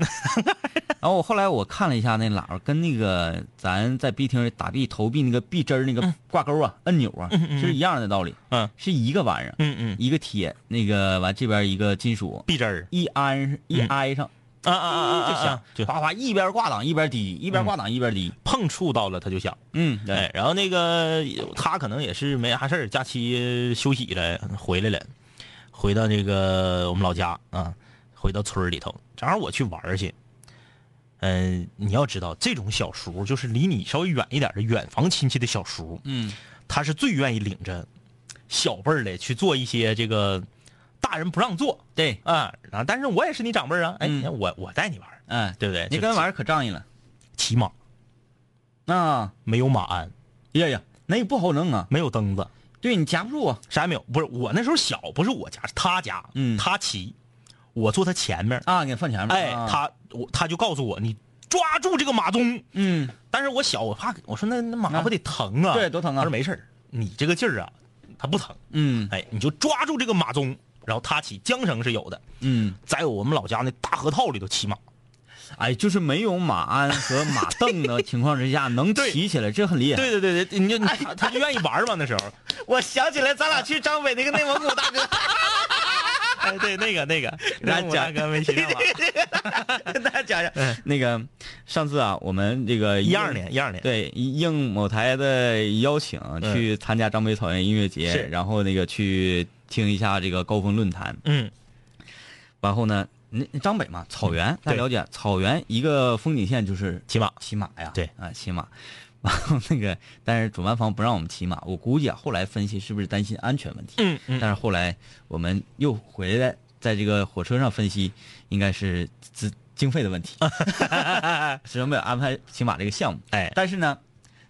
[SPEAKER 3] 然后我后来我看了一下那喇叭，跟那个咱在 B 厅打币投币那个币针儿那个挂钩啊、按钮啊，是一样的道理，
[SPEAKER 4] 嗯
[SPEAKER 3] 是一个玩意儿，
[SPEAKER 4] 嗯嗯，
[SPEAKER 3] 一个铁，那个完这边一个金属，
[SPEAKER 4] 避针儿。
[SPEAKER 3] 一安一挨上，
[SPEAKER 4] 啊啊啊啊
[SPEAKER 3] 就
[SPEAKER 4] 啊
[SPEAKER 3] 响
[SPEAKER 4] 啊！，就
[SPEAKER 3] 哗哗一边挂档一边滴，一边挂档一边滴。
[SPEAKER 4] 碰触到了它就响。
[SPEAKER 3] 嗯，对，
[SPEAKER 4] 嗯哎，然后那个他可能也是没啥事儿，假期休息了回来了，回到这个我们老家啊，回到村儿里头，正好我去玩儿去，嗯、你要知道，这种小叔就是离你稍微远一点的远房亲戚的小叔，
[SPEAKER 3] 嗯
[SPEAKER 4] 他是最愿意领着小辈儿的去做一些这个大人不让做
[SPEAKER 3] 对，
[SPEAKER 4] 啊。然后，但是我也是你长辈儿啊，哎，
[SPEAKER 3] 嗯
[SPEAKER 4] 你看我我带你玩儿，
[SPEAKER 3] 嗯，
[SPEAKER 4] 对不对？
[SPEAKER 3] 那
[SPEAKER 4] 哎就
[SPEAKER 3] 跟
[SPEAKER 4] 骑
[SPEAKER 3] 玩意儿可仗义了。
[SPEAKER 4] 骑马，
[SPEAKER 3] 啊，
[SPEAKER 4] 没有马鞍，
[SPEAKER 3] 呀呀，那也不好弄啊。
[SPEAKER 4] 没有蹬子，
[SPEAKER 3] 对你夹不住啊。
[SPEAKER 4] 啥也没有。不是我那时候小，不是我家，是他家，
[SPEAKER 3] 嗯
[SPEAKER 4] 他骑，我坐他前面，
[SPEAKER 3] 啊，你放前面。
[SPEAKER 4] 哎，
[SPEAKER 3] 啊，
[SPEAKER 4] 他我他就告诉我，你抓住这个马鬃。
[SPEAKER 3] 嗯，
[SPEAKER 4] 但是我小，我怕，我说那那马不得疼啊？
[SPEAKER 3] 对多疼啊
[SPEAKER 4] 他说没事儿你这个劲儿啊，它不疼。
[SPEAKER 3] 嗯
[SPEAKER 4] 哎，你就抓住这个马鬃，然后他骑，缰绳是有的。
[SPEAKER 3] 嗯，
[SPEAKER 4] 再有我们老家那大河套里头骑马，
[SPEAKER 3] 哎，就是没有马鞍和马凳的情况之下，能
[SPEAKER 4] 对
[SPEAKER 3] 骑起来，这很厉害。
[SPEAKER 4] 对对对对，你就你哎他他就愿意玩嘛那时候。
[SPEAKER 3] 我想起来，咱俩去张北那个内蒙古大哥，
[SPEAKER 4] 哎，对，那个那个，
[SPEAKER 3] 那
[SPEAKER 4] 那我大哥没骑上马。
[SPEAKER 3] 跟大家讲一
[SPEAKER 4] 嗯
[SPEAKER 3] 下， 那个上次啊，我们这个
[SPEAKER 4] 一二年，一二年，
[SPEAKER 3] 对，应某台的邀请去参加张北草原音乐节，
[SPEAKER 4] 是
[SPEAKER 3] 然后那个去听一下这个高峰论坛。
[SPEAKER 4] 嗯，
[SPEAKER 3] 然后呢，那张北嘛，草原，大
[SPEAKER 4] 嗯对
[SPEAKER 3] 家了解，草原一个风景线就是
[SPEAKER 4] 骑马。
[SPEAKER 3] 骑马呀，
[SPEAKER 4] 对
[SPEAKER 3] 啊，骑马。 然后那个，但是主办方不让我们骑马，我估计啊，后来分析是不是担心安全问题？
[SPEAKER 4] 嗯嗯
[SPEAKER 3] 但是后来我们又回来，在这个火车上分析，应该是资经费的问题， 始终没有安排骑马这个项目。
[SPEAKER 4] 哎，
[SPEAKER 3] 但是呢，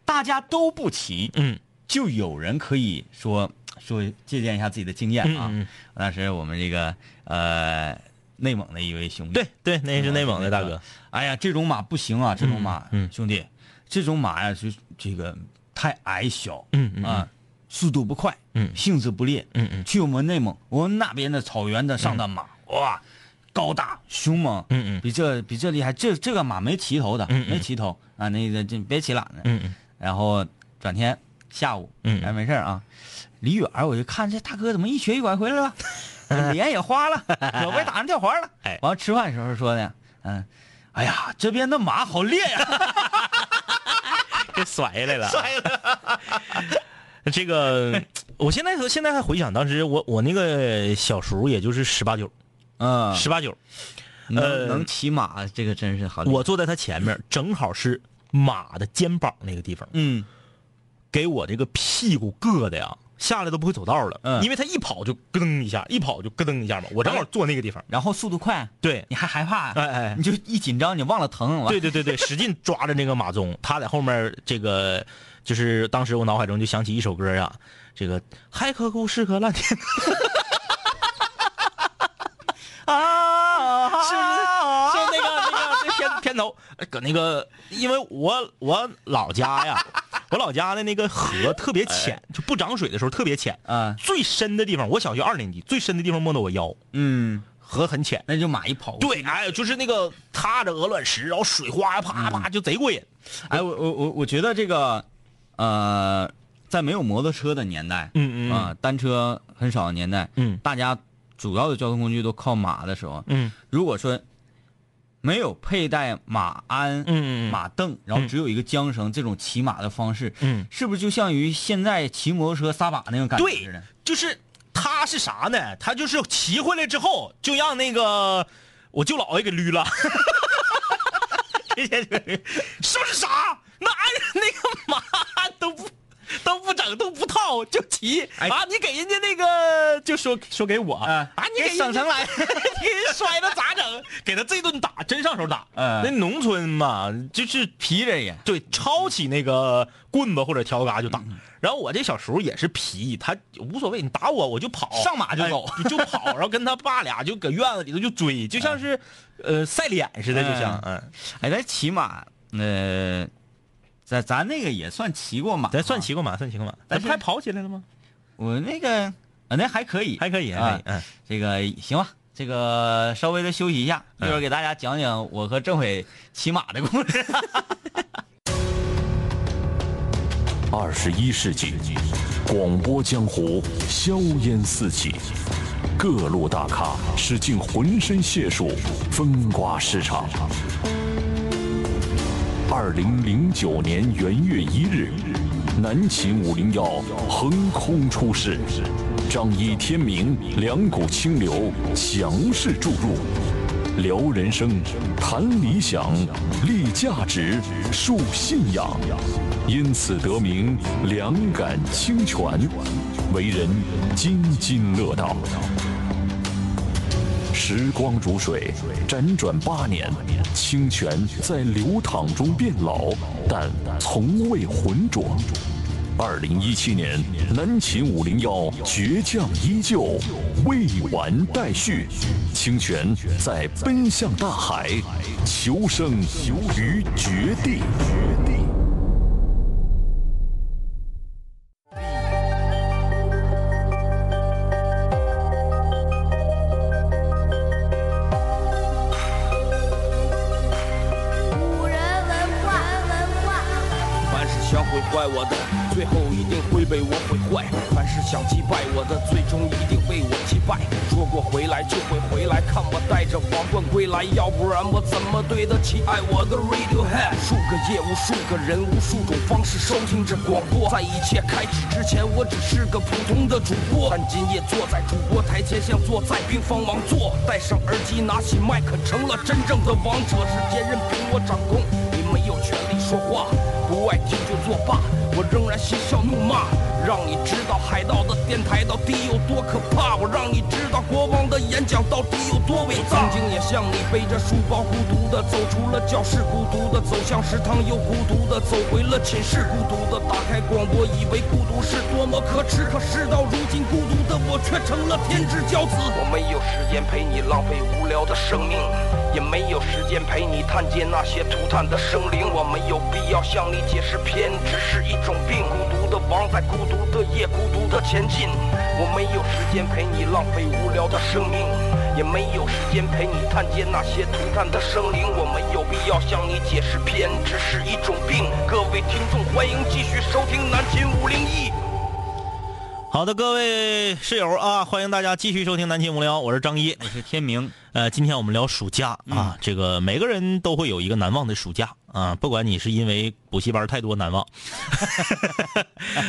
[SPEAKER 3] 大家都不骑，
[SPEAKER 4] 嗯
[SPEAKER 3] 就有人可以说说借鉴一下自己的经验啊。
[SPEAKER 4] 嗯嗯
[SPEAKER 3] 当时我们这个呃内蒙的一位兄弟，
[SPEAKER 4] 对对，那是内蒙的大
[SPEAKER 3] 那
[SPEAKER 4] 哥
[SPEAKER 3] 个。哎呀，这种马不行啊，这种马，
[SPEAKER 4] 嗯
[SPEAKER 3] 兄弟，这种马呀，就这个太矮小，
[SPEAKER 4] 嗯嗯
[SPEAKER 3] 啊，速度不快，
[SPEAKER 4] 嗯
[SPEAKER 3] 性子不烈，
[SPEAKER 4] 嗯嗯
[SPEAKER 3] 去我们内蒙，我们那边的草原的上的马，哇，高大凶猛，
[SPEAKER 4] 嗯嗯
[SPEAKER 3] 比这比这厉害，这这个马没骑头的，
[SPEAKER 4] 嗯嗯
[SPEAKER 3] 没骑头啊，那个就别骑了，
[SPEAKER 4] 嗯嗯
[SPEAKER 3] 然后转天下午，
[SPEAKER 4] 嗯
[SPEAKER 3] 哎，没事儿啊，离远儿我就看这大哥怎么一瘸一拐回来 了，呃脸也花了，胳膊打成掉环了。
[SPEAKER 4] 哎
[SPEAKER 3] 完了吃饭时候说呢，嗯，哎呀，这边的马好烈呀、
[SPEAKER 4] 给甩下来了， 甩了。 这个，我现在和现在还回想当时我我那个小叔，也就是十八九，
[SPEAKER 3] 嗯，
[SPEAKER 4] 十八九，
[SPEAKER 3] 能、
[SPEAKER 4] 呃
[SPEAKER 3] 能骑马，这个真是好厉害。
[SPEAKER 4] 我坐在他前面，正好是马的肩膀那个地方，
[SPEAKER 3] 嗯
[SPEAKER 4] 给我这个屁股硌的呀，下来都不会走道了，
[SPEAKER 3] 嗯
[SPEAKER 4] 因为他一跑就咯噔一下，一跑就咯噔一下嘛，我正好坐那个地方，
[SPEAKER 3] 然后速度快，
[SPEAKER 4] 哎对，
[SPEAKER 3] 你还害怕、啊
[SPEAKER 4] 哎哎
[SPEAKER 3] 你就一紧张，你忘了疼，完
[SPEAKER 4] 对对对对，使劲抓着那个马鬃，他在后面这个，就是当时我脑海中就想起一首歌呀，这个海可枯石可烂天
[SPEAKER 3] 啊，
[SPEAKER 4] 是是那个那个片片头，搁那个，因为我我老家呀，我老家的那个河特别浅，就不涨水的时候特别浅，
[SPEAKER 3] 啊
[SPEAKER 4] 最深的地方，我小学二年级最深的地方没到我腰，
[SPEAKER 3] 嗯，
[SPEAKER 4] 河很浅。
[SPEAKER 3] 那就马一跑，
[SPEAKER 4] 对，哎，就是那个踏着鹅卵石，然后水花呀啪啪，就贼过瘾。
[SPEAKER 3] 哎，我我我我觉得这个，呃，在没有摩托车的年代，
[SPEAKER 4] 嗯嗯嗯
[SPEAKER 3] 啊、单车很少的年代，
[SPEAKER 4] 嗯
[SPEAKER 3] 大家主要的交通工具都靠马的时候，
[SPEAKER 4] 嗯
[SPEAKER 3] 如果说没有佩戴马鞍、
[SPEAKER 4] 嗯嗯嗯
[SPEAKER 3] 马凳，然后只有一个缰绳、这种骑马的方式，
[SPEAKER 4] 嗯
[SPEAKER 3] 是不是就像于现在骑摩托车撒把那种感觉
[SPEAKER 4] 对
[SPEAKER 3] 似的？，
[SPEAKER 4] 就是他是啥呢？他就是骑回来之后，就让那个我舅姥爷给捋了。 是不是啥？那按那个马都不都不整都不套就骑、
[SPEAKER 3] 哎
[SPEAKER 4] 啊！你给人家那个就说说给我
[SPEAKER 3] 啊
[SPEAKER 4] 啊！你给
[SPEAKER 3] 给省城来
[SPEAKER 4] 你给人摔了咋整？给他这顿打，真上手打。
[SPEAKER 3] 嗯
[SPEAKER 4] 那农村嘛，就是
[SPEAKER 3] 皮着也，
[SPEAKER 4] 对，抄起那个棍子或者笤帚就打。然后我这小叔也是皮，他无所谓，你打我我就跑，
[SPEAKER 3] 上马就走
[SPEAKER 4] 哎就跑，然后跟他爸俩就搁院子里头就追，就像是呃赛脸似的，就像嗯，
[SPEAKER 3] 哎，咱骑马，呃，咱咱那个也算骑过马，啊
[SPEAKER 4] 咱算。骑过马，算骑过马，咱
[SPEAKER 3] 但
[SPEAKER 4] 不
[SPEAKER 3] 是
[SPEAKER 4] 还跑起来了吗？
[SPEAKER 3] 我那个啊，那还可以，
[SPEAKER 4] 还可以，还可
[SPEAKER 3] 啊
[SPEAKER 4] 以，嗯，
[SPEAKER 3] 这个行吧，这个稍微的休息一下，一
[SPEAKER 4] 嗯
[SPEAKER 3] 会儿给大家讲讲我和政委骑马的故事。
[SPEAKER 2] 二十一世纪，广播江湖硝烟四起，各路大咖使尽浑身解数风刮市场。二零零九年元月一日，南秦五零幺横空出世，仗义天明，两股清流强势注入，聊人生，谈理想，立价值，树信仰，因此得名两感清泉，为人津津乐道。时光如水，辗转八年，清泉在流淌中变老，但从未浑浊。二零一七年，南秦五零幺倔强依旧，未完待续。清泉在奔向大海，求生于绝地。
[SPEAKER 5] 古人文化，文化。
[SPEAKER 6] 凡是想毁坏我的，最后一定会被我毁坏；凡是想击败我的，最终一定被我击败。说过回来就会回来，看我带着皇冠归来，要不然我怎么对得起爱我的 Radiohead？数个夜，无数个人，无数种方式收听着广播。在一切开始之前，我只是个普通的主播，但今夜坐在主播台前，像坐在冰方王座，戴上耳机，拿起麦克，成了真正的王者。世界任凭我掌控，你没有权利说话。不爱听就作罢，我仍然嬉笑怒骂，让你知道海盗的电台到底有多可怕，我让你知道国王的演讲到底有多伟大。曾经也像你背着书包孤独的走出了教室，孤独的走向食堂，又孤独的走回了寝室，孤独的打开广播，以为孤独是多么可耻，可事到如今，孤独的我却成了天之骄子。我没有时间陪你浪费无聊的生命。也没有时间陪你探街那些涂炭的生灵，我没有必要向你解释偏执是一种病。孤独的王在孤独的夜，孤独的前进。我没有时间陪你浪费无聊的生命，也没有时间陪你探街那些涂炭的生灵。我没有必要向你解释偏执是一种病。各位听众，欢迎继续收听南秦五零一。
[SPEAKER 4] 好的，各位室友啊，欢迎大家继续收听南秦无聊，我是张一。
[SPEAKER 3] 我是天明，
[SPEAKER 4] 呃，今天我们聊暑假啊，这个每个人都会有一个难忘的暑假啊，不管你是因为补习班太多难忘，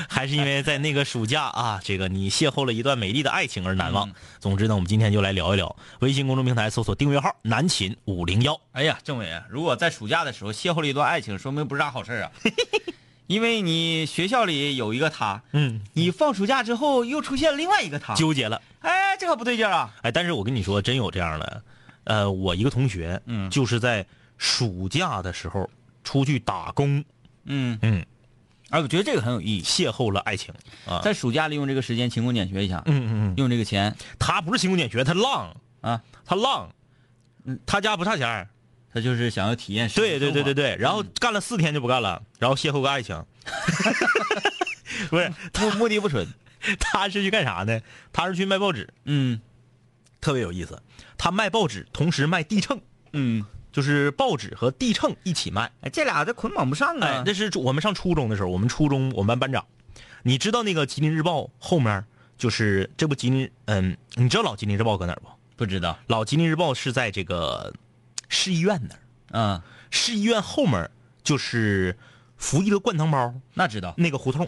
[SPEAKER 4] 还是因为在那个暑假啊，这个你邂逅了一段美丽的爱情而难忘。总之呢，我们今天就来聊一聊微信公众平台搜索订阅号“南秦五零幺
[SPEAKER 3] 哎呀，政委，如果在暑假的时候邂逅了一段爱情，说明不是啥好事儿 啊，因为你学校里有一个他，”，
[SPEAKER 4] 嗯，
[SPEAKER 3] 你放暑假之后又出现另外一个他，
[SPEAKER 4] 纠结了。
[SPEAKER 3] 哎，这可不对劲儿啊，
[SPEAKER 4] 哎，但是我跟你说，真有这样的，呃，我一个同学，
[SPEAKER 3] 嗯
[SPEAKER 4] 就是在暑假的时候出去打工，
[SPEAKER 3] 嗯
[SPEAKER 4] 嗯，
[SPEAKER 3] 哎，我觉得这个很有意义，
[SPEAKER 4] 邂逅了爱情啊，
[SPEAKER 3] 在暑假利用这个时间勤工俭学一下，
[SPEAKER 4] 嗯嗯嗯，
[SPEAKER 3] 用这个钱
[SPEAKER 4] 他不是勤工俭学，他浪，
[SPEAKER 3] 啊，嗯
[SPEAKER 4] 他浪，他家不差钱儿，
[SPEAKER 3] 他就是想要体验，
[SPEAKER 4] 对对对对，
[SPEAKER 3] 嗯
[SPEAKER 4] 对，然后干了四天就不干了，然后邂逅个 爱情，不是，
[SPEAKER 3] 目目的不纯，
[SPEAKER 4] 他是去干啥呢？他是去卖报纸，
[SPEAKER 3] 嗯
[SPEAKER 4] 特别有意思，他卖报纸，同时卖地秤，
[SPEAKER 3] 嗯，
[SPEAKER 4] 就是报纸和地秤一起卖。
[SPEAKER 3] 哎，这俩这捆绑不上
[SPEAKER 4] 哎
[SPEAKER 3] 啊，，
[SPEAKER 4] 那是我们上初中的时候，我们初中我们班班长，你知道那个《吉林日报》后面就是这不吉林，嗯，你知道老吉林日报搁哪儿不？
[SPEAKER 3] 不知道，
[SPEAKER 4] 老吉林日报是在这个市医院那儿，
[SPEAKER 3] 嗯，
[SPEAKER 4] 市医院后面就是福义的灌汤包
[SPEAKER 3] 那知道，
[SPEAKER 4] 那个胡同，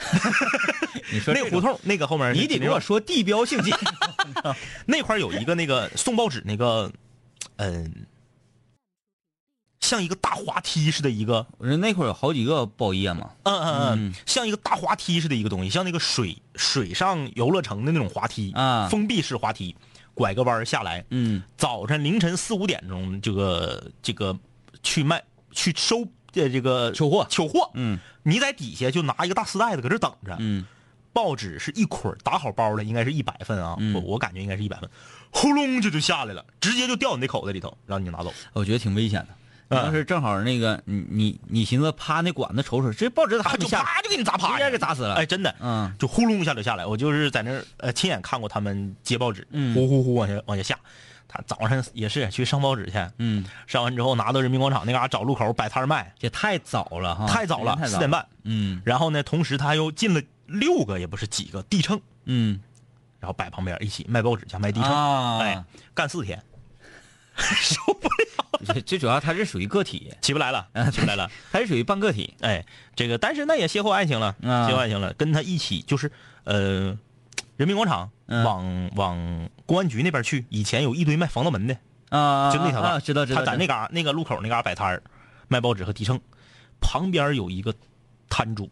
[SPEAKER 3] 你说
[SPEAKER 4] 那
[SPEAKER 3] 这
[SPEAKER 4] 个
[SPEAKER 3] 种
[SPEAKER 4] 胡，同那个后面是
[SPEAKER 3] 你得
[SPEAKER 4] 吉林
[SPEAKER 3] 跟
[SPEAKER 4] 日报
[SPEAKER 3] 我说地标性建，
[SPEAKER 4] 那块儿有一个那个送报纸那个，嗯，像一个大滑梯似的一个，
[SPEAKER 3] 我说那会儿有好几个报业嘛，
[SPEAKER 4] 嗯嗯嗯，像一个大滑梯似的一个东西，像那个水水上游乐城的那种滑梯
[SPEAKER 3] 啊
[SPEAKER 4] 封闭式滑梯，拐个弯儿下来。
[SPEAKER 3] 嗯，
[SPEAKER 4] 早晨凌晨四五点钟，这个这个去卖去收呃这个
[SPEAKER 3] 秋货
[SPEAKER 4] 取货，
[SPEAKER 3] 嗯，
[SPEAKER 4] 你在底下就拿一个大丝带子搁这等着，
[SPEAKER 3] 嗯，
[SPEAKER 4] 报纸是一捆儿打好包的，应该是一百份啊，
[SPEAKER 3] 嗯
[SPEAKER 4] 我我感觉应该是一百份，轰隆这就下来了，直接就掉你那口袋里头，让你拿走。
[SPEAKER 3] 我觉得挺危险的。你要是正好那个你你你寻思趴那管子瞅瞅，这报纸咋
[SPEAKER 4] 啊
[SPEAKER 3] 还没
[SPEAKER 4] 就
[SPEAKER 3] 下来？
[SPEAKER 4] 啪就给你砸趴
[SPEAKER 3] 直
[SPEAKER 4] 下，
[SPEAKER 3] 接给砸死了
[SPEAKER 4] 哎，真的，
[SPEAKER 3] 嗯，
[SPEAKER 4] 就呼隆一下就下来。我就是在那儿呃亲眼看过他们接报纸，
[SPEAKER 3] 嗯
[SPEAKER 4] 呼呼呼往下往下下。他早上也是去上报纸去，
[SPEAKER 3] 嗯，
[SPEAKER 4] 上完之后拿到人民广场那嘎、找路口摆摊儿卖，
[SPEAKER 3] 这太早了哈，
[SPEAKER 4] 太早
[SPEAKER 3] 啊
[SPEAKER 4] 了，
[SPEAKER 3] 时间
[SPEAKER 4] 四点。半。
[SPEAKER 3] 嗯
[SPEAKER 4] 然后呢，同时他又进了六个也不是几个地秤，
[SPEAKER 3] 嗯，
[SPEAKER 4] 然后摆旁边一起卖报纸加卖地秤，
[SPEAKER 3] 啊
[SPEAKER 4] 哎，干四天，
[SPEAKER 3] 这最主要它是属于个体，
[SPEAKER 4] 起不 来了，起不来了。
[SPEAKER 3] 它是属于半个体。
[SPEAKER 4] 哎，这个但是那也邂逅爱情了，
[SPEAKER 3] 啊
[SPEAKER 4] 邂逅爱情了，跟他一起就是呃，人民广场
[SPEAKER 3] 嗯
[SPEAKER 4] 往往公安局那边去，以前有一堆卖防盗门的，
[SPEAKER 3] 啊，
[SPEAKER 4] 就那条道
[SPEAKER 3] 啊，
[SPEAKER 4] 儿
[SPEAKER 3] 知道知道，
[SPEAKER 4] 他在那嘎、那个路口那嘎、摆摊儿，卖报纸和提秤，旁边有一个摊主，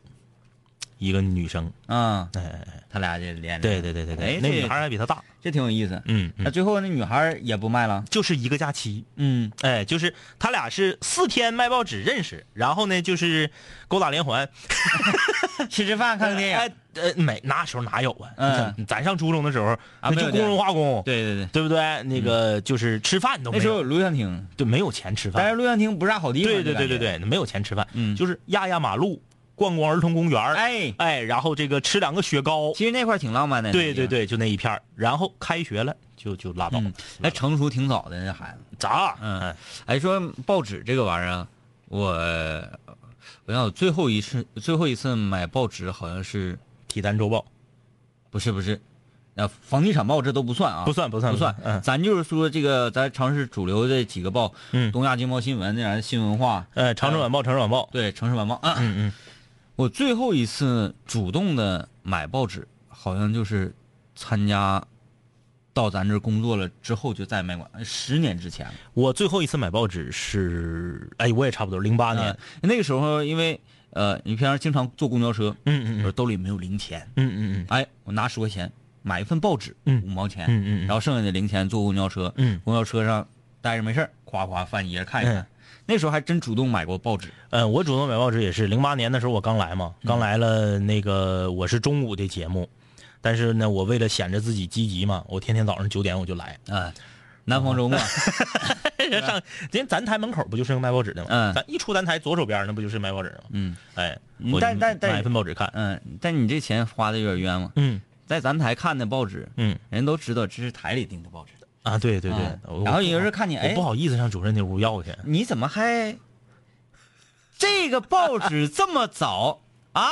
[SPEAKER 4] 一个女生，
[SPEAKER 3] 啊，
[SPEAKER 4] 哎哎，哎
[SPEAKER 3] 他俩这连着，
[SPEAKER 4] 对对对对对，
[SPEAKER 3] 哎
[SPEAKER 4] 那
[SPEAKER 3] 这
[SPEAKER 4] 女孩儿还比他大，
[SPEAKER 3] 这挺有意思。
[SPEAKER 4] 嗯，
[SPEAKER 3] 那
[SPEAKER 4] 嗯
[SPEAKER 3] 最后那女孩儿也不卖了，
[SPEAKER 4] 就是一个假期，
[SPEAKER 3] 嗯
[SPEAKER 4] 哎，就是他俩是四天卖报纸认识，然后呢就是勾搭连环，
[SPEAKER 3] 吃吃饭看个电影，
[SPEAKER 4] 哎呃没那时候哪有啊，
[SPEAKER 3] 嗯啊
[SPEAKER 4] 咱咱上初中的时候那
[SPEAKER 3] 没有电
[SPEAKER 4] 就工
[SPEAKER 3] 影
[SPEAKER 4] 农化工，
[SPEAKER 3] 对对对，
[SPEAKER 4] 对不对？那个就是吃饭都没
[SPEAKER 3] 那时候有
[SPEAKER 4] 有，
[SPEAKER 3] 录像厅，
[SPEAKER 4] 对没有钱吃饭
[SPEAKER 3] 但，是录像厅不是啥好地方，
[SPEAKER 4] 对对
[SPEAKER 3] 就感
[SPEAKER 4] 对
[SPEAKER 3] 觉
[SPEAKER 4] 对，对，没有钱吃饭，
[SPEAKER 3] 嗯
[SPEAKER 4] 就是压压马路，逛逛儿童公园儿
[SPEAKER 3] 哎，
[SPEAKER 4] 哎，然后这个吃两个雪糕，
[SPEAKER 3] 其实那块儿挺浪漫的，
[SPEAKER 4] 对对，对，就那一片儿然后开学了就就拉倒
[SPEAKER 3] 嗯，那成熟挺早的那孩子。
[SPEAKER 4] 砸，
[SPEAKER 3] 嗯
[SPEAKER 4] 哎，
[SPEAKER 3] 哎，说报纸这个玩意儿啊，我哎我想我最后一次最后一次买报纸好像是
[SPEAKER 4] 体坛周报
[SPEAKER 3] 不是不是，呃，房地产报这都不算啊，
[SPEAKER 4] 不算不算
[SPEAKER 3] 不算，
[SPEAKER 4] 嗯
[SPEAKER 3] 咱就是说这个咱城市主流的几个报，
[SPEAKER 4] 嗯
[SPEAKER 3] 东亚经贸新闻那啥新文化，
[SPEAKER 4] 呃，长春晚
[SPEAKER 3] 嗯
[SPEAKER 4] 报，长春晚报，
[SPEAKER 3] 对，城市晚报，嗯
[SPEAKER 4] 嗯嗯，
[SPEAKER 3] 我最后一次主动的买报纸，好像就是参加到咱这儿工作了之后就再也没管，呃十年之前了。
[SPEAKER 4] 我最后一次买报纸是，哎，我也差不多零八年
[SPEAKER 3] 嗯，那个时候因为呃，你平常经常坐公交车，
[SPEAKER 4] 嗯嗯
[SPEAKER 3] 我兜里没有零钱，
[SPEAKER 4] 嗯嗯嗯
[SPEAKER 3] 哎，我拿十块钱买一份报纸，
[SPEAKER 4] 嗯
[SPEAKER 3] 五毛钱，
[SPEAKER 4] 嗯嗯嗯
[SPEAKER 3] 然后剩下的零钱坐公交车，
[SPEAKER 4] 嗯
[SPEAKER 3] 公交车上待着没事儿夸夸翻一页看一看。
[SPEAKER 4] 嗯
[SPEAKER 3] 那时候还真主动买过报纸，
[SPEAKER 4] 呃，我主动买报纸也是零八年的时候，我刚来嘛，
[SPEAKER 3] 嗯
[SPEAKER 4] 刚来了那个我是中午的节目，但是呢，我为了显着自己积极嘛，我天天早上九点我就来，
[SPEAKER 3] 啊、南方周末，
[SPEAKER 4] 上人咱台门口不就是个卖报纸的吗？
[SPEAKER 3] 嗯
[SPEAKER 4] 咱一出咱台左手边那不就是卖报纸的吗？
[SPEAKER 3] 嗯
[SPEAKER 4] 哎，
[SPEAKER 3] 嗯
[SPEAKER 4] 我就
[SPEAKER 3] 但但但
[SPEAKER 4] 买一份报纸看，
[SPEAKER 3] 嗯，但你这钱花的有点冤枉，
[SPEAKER 4] 嗯
[SPEAKER 3] 在咱台看的报纸，
[SPEAKER 4] 嗯
[SPEAKER 3] 人都知道这是台里订的报纸，
[SPEAKER 4] 啊，对对对
[SPEAKER 3] 啊，
[SPEAKER 4] 我
[SPEAKER 3] 然后有人看你，
[SPEAKER 4] 我
[SPEAKER 3] 哎
[SPEAKER 4] 不，好意思上主任那屋要去，
[SPEAKER 3] 你怎么还这个报纸这么早啊？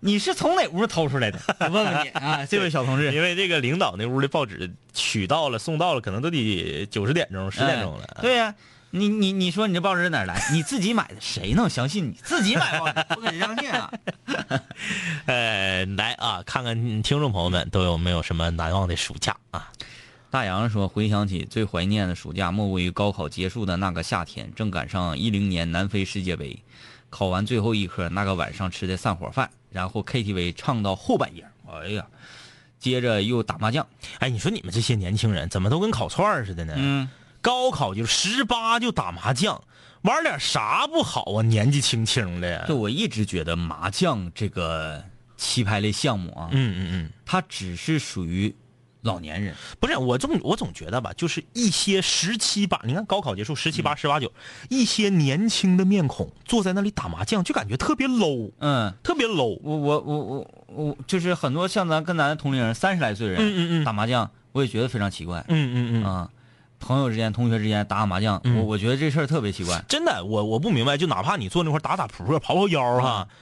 [SPEAKER 3] 你是从哪屋偷出来的？我问问你 啊，这位小同志，
[SPEAKER 4] 因为这个领导那屋的报纸取到了送到了，可能都得九十点钟、十点钟了。啊
[SPEAKER 3] 哎对呀、你你你说你这报纸是哪儿来？你自己买的，谁能相信你自己买报纸？不可相信啊！
[SPEAKER 4] 呃，来啊，看看听众朋友们都有没有什么难忘的暑假啊？
[SPEAKER 3] 大洋说：“回想起最怀念的暑假，莫过于高考结束的那个夏天，正赶上一零年南非世界杯，考完最后一科那个晚上吃的散伙饭，然后 KTV 唱到后半夜，哎呀，接着又打麻将，
[SPEAKER 4] 哎，你说你们这些年轻人怎么都跟烤串儿似的呢？
[SPEAKER 3] 嗯，
[SPEAKER 4] 高考就十八就打麻将，玩点啥不好啊？年纪轻轻的呀。
[SPEAKER 3] 就我一直觉得麻将这个棋牌类项目啊，
[SPEAKER 4] 嗯嗯
[SPEAKER 3] 它只是属于老年人，
[SPEAKER 4] 嗯，不是，我总我总觉得吧，就是一些十七八，你看高考结束十七
[SPEAKER 3] 嗯
[SPEAKER 4] 八、十八九，一些年轻的面孔坐在那里打麻将，就感觉特别 low，
[SPEAKER 3] 嗯。”
[SPEAKER 4] 特别 low。
[SPEAKER 3] 我我我我我就是很多像咱跟咱同龄人三十来岁人，
[SPEAKER 4] 嗯嗯嗯
[SPEAKER 3] 打麻将，我也觉得非常奇怪，
[SPEAKER 4] 嗯嗯嗯
[SPEAKER 3] 啊，朋友之间、同学之间打打麻将，我我觉得这事儿特别奇怪。
[SPEAKER 4] 真的，我我不明白，就哪怕你坐那块儿打打扑克、跑跑腰儿哈，
[SPEAKER 3] 嗯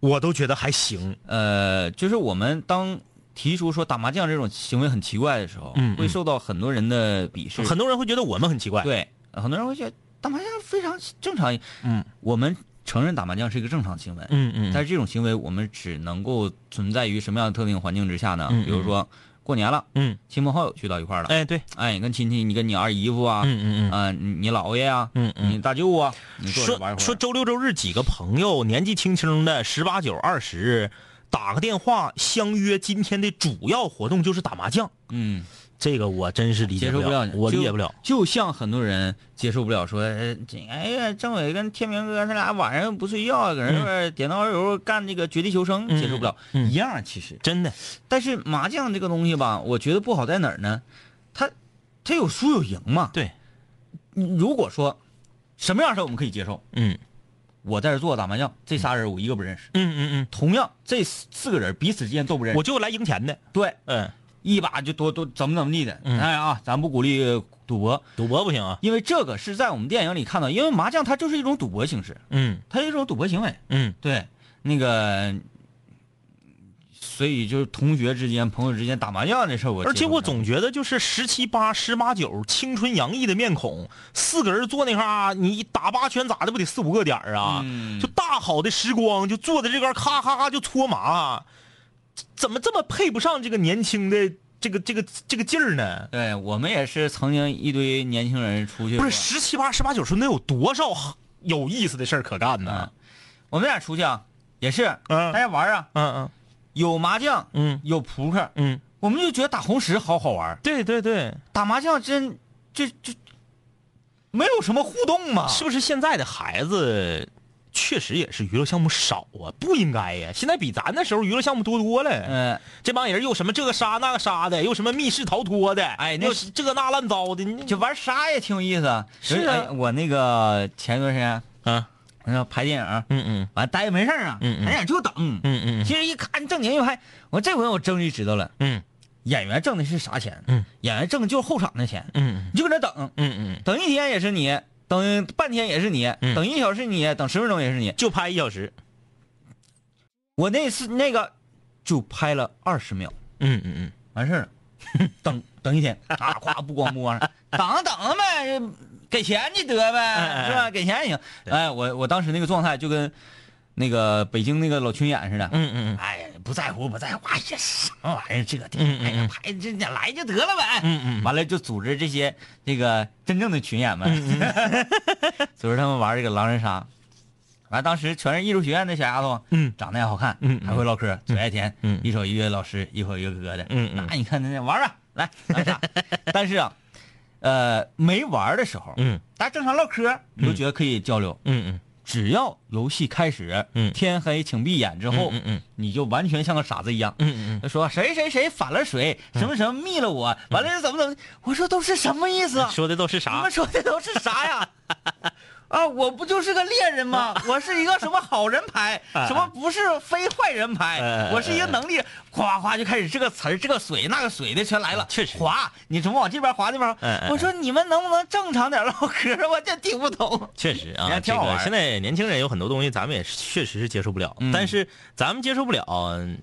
[SPEAKER 4] 我都觉得还行。
[SPEAKER 3] 呃，就是我们当提出说打麻将这种行为很奇怪的时候，
[SPEAKER 4] 嗯嗯
[SPEAKER 3] 会受到很多人的鄙视，
[SPEAKER 4] 很多人会觉得我们很奇怪。，
[SPEAKER 3] 对，很多人会觉得打麻将非常正常。
[SPEAKER 4] 嗯，
[SPEAKER 3] 我们承认打麻将是一个正常行为，
[SPEAKER 4] 嗯嗯，
[SPEAKER 3] 但是这种行为我们只能够存在于什么样的特定环境之下呢？
[SPEAKER 4] 嗯嗯
[SPEAKER 3] 比如说过年了，
[SPEAKER 4] 嗯，
[SPEAKER 3] 亲朋好友聚到一块儿了。
[SPEAKER 4] 哎对，
[SPEAKER 3] 哎，你跟亲戚，你跟你二姨夫啊，
[SPEAKER 4] 嗯嗯嗯
[SPEAKER 3] 啊、你你姥爷啊，
[SPEAKER 4] 嗯嗯
[SPEAKER 3] 你大舅啊，你坐着玩一会
[SPEAKER 4] 说
[SPEAKER 3] 儿
[SPEAKER 4] 说周六周日几个朋友年纪轻轻的，十八九、二十，打个电话相约今天的主要活动就是打麻将，
[SPEAKER 3] 嗯，
[SPEAKER 4] 这个我真是理
[SPEAKER 3] 接
[SPEAKER 4] 解
[SPEAKER 3] 受
[SPEAKER 4] 了，
[SPEAKER 3] 了，
[SPEAKER 4] 我理解不了。
[SPEAKER 3] 就。就像很多人接受不了说，呃这哎呀，政委跟天明哥他俩晚上不睡觉，搁
[SPEAKER 4] 嗯
[SPEAKER 3] 那边点灯熬油干这个绝地求生，接受不了、一样。其实，
[SPEAKER 4] 真的，
[SPEAKER 3] 但是麻将这个东西吧，我觉得不好在哪儿呢？它它有输有赢嘛。
[SPEAKER 4] 对，
[SPEAKER 3] 你如果说什么样式我们可以接受，
[SPEAKER 4] 嗯
[SPEAKER 3] 我在这坐着打麻将，这仨人我一个不认识。
[SPEAKER 4] 嗯嗯
[SPEAKER 3] 同样，这四四个人彼此之间都不认
[SPEAKER 4] 嗯，
[SPEAKER 3] 识。
[SPEAKER 4] 我就来赢钱的，
[SPEAKER 3] 对，
[SPEAKER 4] 嗯，
[SPEAKER 3] 一把就多多怎么怎么地的。
[SPEAKER 4] 嗯
[SPEAKER 3] 哎啊，咱不鼓励赌博，
[SPEAKER 4] 赌博不行啊，
[SPEAKER 3] 因为这个是在我们电影里看到，因为麻将它就是一种赌博形式，
[SPEAKER 4] 嗯
[SPEAKER 3] 它是一种赌博行为。
[SPEAKER 4] 嗯，
[SPEAKER 3] 对，那个，所以就是同学之间、朋友之间打麻将这事儿，我
[SPEAKER 4] 而
[SPEAKER 3] 接
[SPEAKER 4] 且
[SPEAKER 3] 受不
[SPEAKER 4] 我
[SPEAKER 3] 了
[SPEAKER 4] 总觉得就是十七八、十八九，青春洋溢的面孔，四个人坐那哈，啊你打八圈咋的不得四五个点儿啊？
[SPEAKER 3] 嗯
[SPEAKER 4] 就大好的时光，就坐在这边咔咔咔就搓麻，怎么这么配不上这个年轻的这个这个这个劲儿呢？
[SPEAKER 3] 对我们也是曾经一堆年轻人出去
[SPEAKER 4] 不
[SPEAKER 3] 过，
[SPEAKER 4] 是十七八、十八九岁能有多少有意思的事儿可干呢
[SPEAKER 3] 啊？，我们俩出去啊，也是，
[SPEAKER 4] 嗯
[SPEAKER 3] 大家玩啊，
[SPEAKER 4] 嗯嗯
[SPEAKER 3] 有麻将，
[SPEAKER 4] 嗯
[SPEAKER 3] 有扑克，
[SPEAKER 4] 嗯，
[SPEAKER 3] 我们就觉得打红石好好玩，
[SPEAKER 4] 对对对，
[SPEAKER 3] 打麻将真这这没有什么互动嘛，
[SPEAKER 4] 是不是现在的孩子确实也是娱乐项目少啊？不应该呀、现在比咱那时候娱乐项目多多了。
[SPEAKER 3] 呃，
[SPEAKER 4] 这帮人又什么这个杀那个杀的，又什么密室逃脱的，
[SPEAKER 3] 哎那
[SPEAKER 4] 又是这那乱糟的，你
[SPEAKER 3] 就玩啥也挺有意思。
[SPEAKER 4] 是啊
[SPEAKER 3] 哎我那个前段时间
[SPEAKER 4] 啊，
[SPEAKER 3] 我要拍电影，
[SPEAKER 4] 嗯嗯
[SPEAKER 3] 完待着没事儿啊，
[SPEAKER 4] 嗯嗯
[SPEAKER 3] 咱俩就等。
[SPEAKER 4] 嗯嗯
[SPEAKER 3] 其实一看挣钱一拍，我这回我终于知道了，
[SPEAKER 4] 嗯
[SPEAKER 3] 演员挣的是啥钱？
[SPEAKER 4] 嗯，
[SPEAKER 3] 演员挣的就是后场的钱。
[SPEAKER 4] 嗯
[SPEAKER 3] 你就搁那等，
[SPEAKER 4] 嗯嗯，
[SPEAKER 3] 等一天也是你，等半天也是你，
[SPEAKER 4] 嗯
[SPEAKER 3] 等一小时你，等十分钟也是你。
[SPEAKER 4] 就拍一小时，
[SPEAKER 3] 我那次那个就拍了二十秒，
[SPEAKER 4] 嗯嗯嗯，
[SPEAKER 3] 完事儿了，等等一天啊，夸不光不光，等着等着呗，给钱你得
[SPEAKER 4] 哎哎
[SPEAKER 3] 呗，
[SPEAKER 4] 哎
[SPEAKER 3] 是吧？给钱也行。哎，我我当时那个状态就跟那个北京那个老群演似的，
[SPEAKER 4] 嗯嗯嗯
[SPEAKER 3] 哎呀，不在乎不在乎，哎呀，什么玩意儿这个地
[SPEAKER 4] 嗯嗯
[SPEAKER 3] 方，哎呀，拍这这来就得了呗。
[SPEAKER 4] 嗯嗯
[SPEAKER 3] 完了就组织这些那个真正的群演们，
[SPEAKER 4] 嗯
[SPEAKER 3] 组织他们玩这个狼人杀。完，当时全是艺术学院的小丫头，
[SPEAKER 4] 嗯
[SPEAKER 3] 长得也好看，
[SPEAKER 4] 嗯嗯
[SPEAKER 3] 还会唠嗑，嘴爱甜，
[SPEAKER 4] 嗯
[SPEAKER 3] 一手一个老师，一口一个哥的，
[SPEAKER 4] 嗯嗯
[SPEAKER 3] 那你看那玩吧，来狼人 杀。但是啊，呃，没玩的时候，
[SPEAKER 4] 嗯
[SPEAKER 3] 大家正常唠嗑，你都觉得可以交流。
[SPEAKER 4] 嗯嗯，
[SPEAKER 3] 只要游戏开始，
[SPEAKER 4] 嗯
[SPEAKER 3] 天黑请闭眼之后，
[SPEAKER 4] 嗯嗯嗯
[SPEAKER 3] 你就完全像个傻子一样，
[SPEAKER 4] 嗯嗯
[SPEAKER 3] 他说谁谁谁反了水，什么什么密了我，完了是怎么怎么，我说都是什么意思啊？
[SPEAKER 4] 说的都是
[SPEAKER 3] 你
[SPEAKER 4] 啥
[SPEAKER 3] 们？说的都是啥呀？ 啊，我不就是个猎人吗？ 我是一个什么好人 牌，什么不是非坏人牌
[SPEAKER 4] 哎，
[SPEAKER 3] 我是一个能力，哗哗就开始这个词儿、这个水、那个水的全来了。
[SPEAKER 4] 确实
[SPEAKER 3] 滑，你怎么往这边滑那边
[SPEAKER 4] 哎哎
[SPEAKER 3] 滑？我说你们能不能正常点唠嗑？ 我这听不懂。
[SPEAKER 4] 确实
[SPEAKER 3] 你
[SPEAKER 4] 啊，
[SPEAKER 3] 看挺
[SPEAKER 4] 这
[SPEAKER 3] 好玩
[SPEAKER 4] 个现在年轻人有很多东西，咱们也是确实是接受不了，
[SPEAKER 3] 嗯
[SPEAKER 4] 但是咱们接受不了，嗯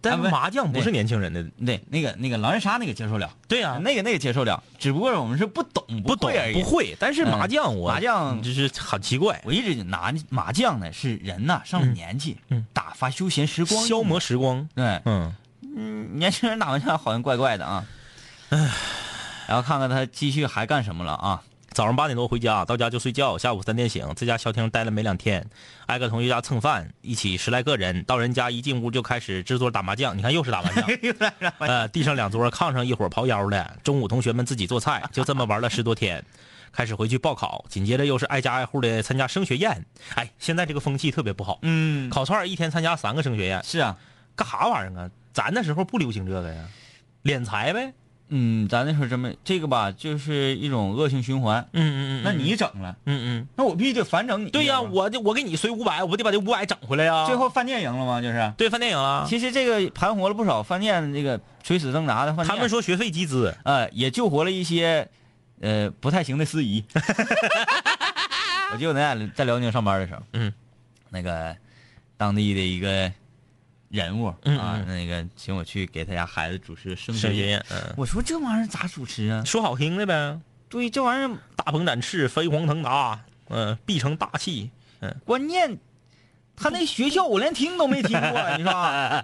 [SPEAKER 4] 但
[SPEAKER 3] 啊不
[SPEAKER 4] 麻将不是
[SPEAKER 3] 对
[SPEAKER 4] 年轻人的，
[SPEAKER 3] 对，那个那个狼人杀那个接受了，
[SPEAKER 4] 对呀
[SPEAKER 3] 那个那个接受了，只不过我们是啊不懂
[SPEAKER 4] 不懂
[SPEAKER 3] 会而已
[SPEAKER 4] 不。会，但是
[SPEAKER 3] 嗯
[SPEAKER 4] 麻将我
[SPEAKER 3] 麻将
[SPEAKER 4] 就是很奇怪，
[SPEAKER 3] 我一直拿麻将呢，是人呐上了年纪，
[SPEAKER 4] 嗯
[SPEAKER 3] 打发休闲时光，
[SPEAKER 4] 消磨。时光，
[SPEAKER 3] 对，
[SPEAKER 4] 嗯。
[SPEAKER 3] 嗯年轻人打麻将好像怪怪的啊。唉，然后看看他继续还干什么了啊？
[SPEAKER 4] 早上八点多回家，到家就睡觉，下午三点醒，在家消停待了没两天，挨个同学家蹭饭，一起十来个人，到人家一进屋就开始支桌打麻将，你看又是打麻将，呃，地上两桌，炕上一伙刨腰的，中午同学们自己做菜，就这么玩了十多天。开始回去报考，紧接着又是挨家挨户的参加升学宴。哎，现在这个风气特别不好。
[SPEAKER 3] 嗯，
[SPEAKER 4] 烤串儿一天参加三个升学宴，
[SPEAKER 3] 是啊，
[SPEAKER 4] 干啥玩意儿啊？咱那时候不流行这个呀，敛财呗。
[SPEAKER 3] 嗯，咱那时候真没这个吧，就是一种恶性循环。
[SPEAKER 4] 嗯嗯嗯。
[SPEAKER 3] 那你整了，
[SPEAKER 4] 嗯嗯，
[SPEAKER 3] 那我必须得反整你。
[SPEAKER 4] 对呀、
[SPEAKER 3] 你知道吗
[SPEAKER 4] 我就我给你随五百，我不得把这五百整回来呀。
[SPEAKER 3] 最后饭店赢了吗？就是，
[SPEAKER 4] 对，饭店赢了。
[SPEAKER 3] 其实这个盘活了不少饭店，这个垂死挣扎的饭店。
[SPEAKER 4] 他们说学费集资，
[SPEAKER 3] 呃，也救活了一些呃不太行的司仪。 我记得我咱俩在辽宁上班的时候，
[SPEAKER 4] 嗯，
[SPEAKER 3] 那个当地的一个人物
[SPEAKER 4] 嗯
[SPEAKER 3] 啊，
[SPEAKER 4] 嗯
[SPEAKER 3] 那个请我去给他家孩子主持个升
[SPEAKER 4] 沈
[SPEAKER 3] 学
[SPEAKER 4] 爷
[SPEAKER 3] 宴。
[SPEAKER 4] 爷，嗯，
[SPEAKER 3] 我说这玩意儿咋主持 啊？
[SPEAKER 4] 说好听的呗，
[SPEAKER 3] 对，这玩意儿
[SPEAKER 4] 大鹏展翅，飞黄腾达，嗯，必成大器。
[SPEAKER 3] 关键，他那学校我连听都没听 过，你说啊？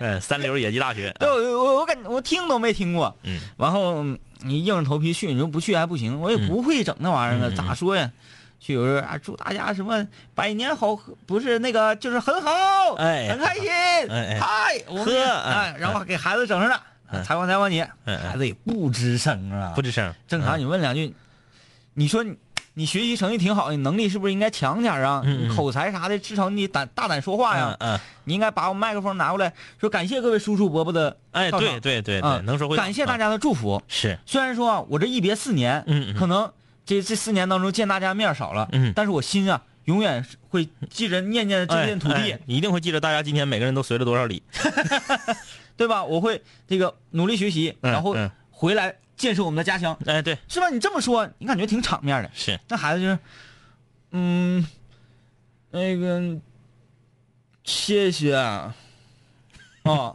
[SPEAKER 4] 嗯，三流野鸡大 学。
[SPEAKER 3] 对，我我我感我听都没听过。
[SPEAKER 4] 嗯，
[SPEAKER 3] 然后嗯你硬着头皮去，你说不去还不行，我也不会整那玩意儿
[SPEAKER 4] 嗯
[SPEAKER 3] 啊，咋说呀？去有人啊，祝大家什么百年好合，不是那个就是很好，
[SPEAKER 4] 哎
[SPEAKER 3] 很开心，
[SPEAKER 4] 哎
[SPEAKER 3] 嗨，我们
[SPEAKER 4] 呵
[SPEAKER 3] 哎，然后给孩子整上了，采访采访你，
[SPEAKER 4] 嗯
[SPEAKER 3] 孩子也不吱声啊，
[SPEAKER 4] 不吱声，嗯
[SPEAKER 3] 正常，你问两句，你说你你学习成绩挺好，你能力是不是应该强点儿啊？
[SPEAKER 4] 嗯嗯
[SPEAKER 3] 你口才啥的，至少你胆大胆说话哎呀
[SPEAKER 4] 嗯。嗯，
[SPEAKER 3] 你应该把我麦克风拿过来，说感谢各位叔叔伯伯的
[SPEAKER 4] 哎，
[SPEAKER 3] 到场
[SPEAKER 4] 对对对
[SPEAKER 3] 啊
[SPEAKER 4] 对，能说会道
[SPEAKER 3] 感谢大
[SPEAKER 4] 嗯
[SPEAKER 3] 家的祝福。
[SPEAKER 4] 是，
[SPEAKER 3] 虽然说啊，我这一别四年，
[SPEAKER 4] 嗯嗯
[SPEAKER 3] 可能这这四年当中见大家面儿少了，
[SPEAKER 4] 嗯
[SPEAKER 3] 但是我心啊永远是会记着念念这片土地，
[SPEAKER 4] 哎哎一定会记着大家今天每个人都随了多少礼。
[SPEAKER 3] 对吧？我会这个努力学习，
[SPEAKER 4] 嗯
[SPEAKER 3] 然后
[SPEAKER 4] 嗯
[SPEAKER 3] 回来建设我们的家乡，
[SPEAKER 4] 哎，对，
[SPEAKER 3] 是吧？你这么说，你感觉挺场面的。
[SPEAKER 4] 是，
[SPEAKER 3] 那孩子就是，嗯，那个，谢谢啊，哦，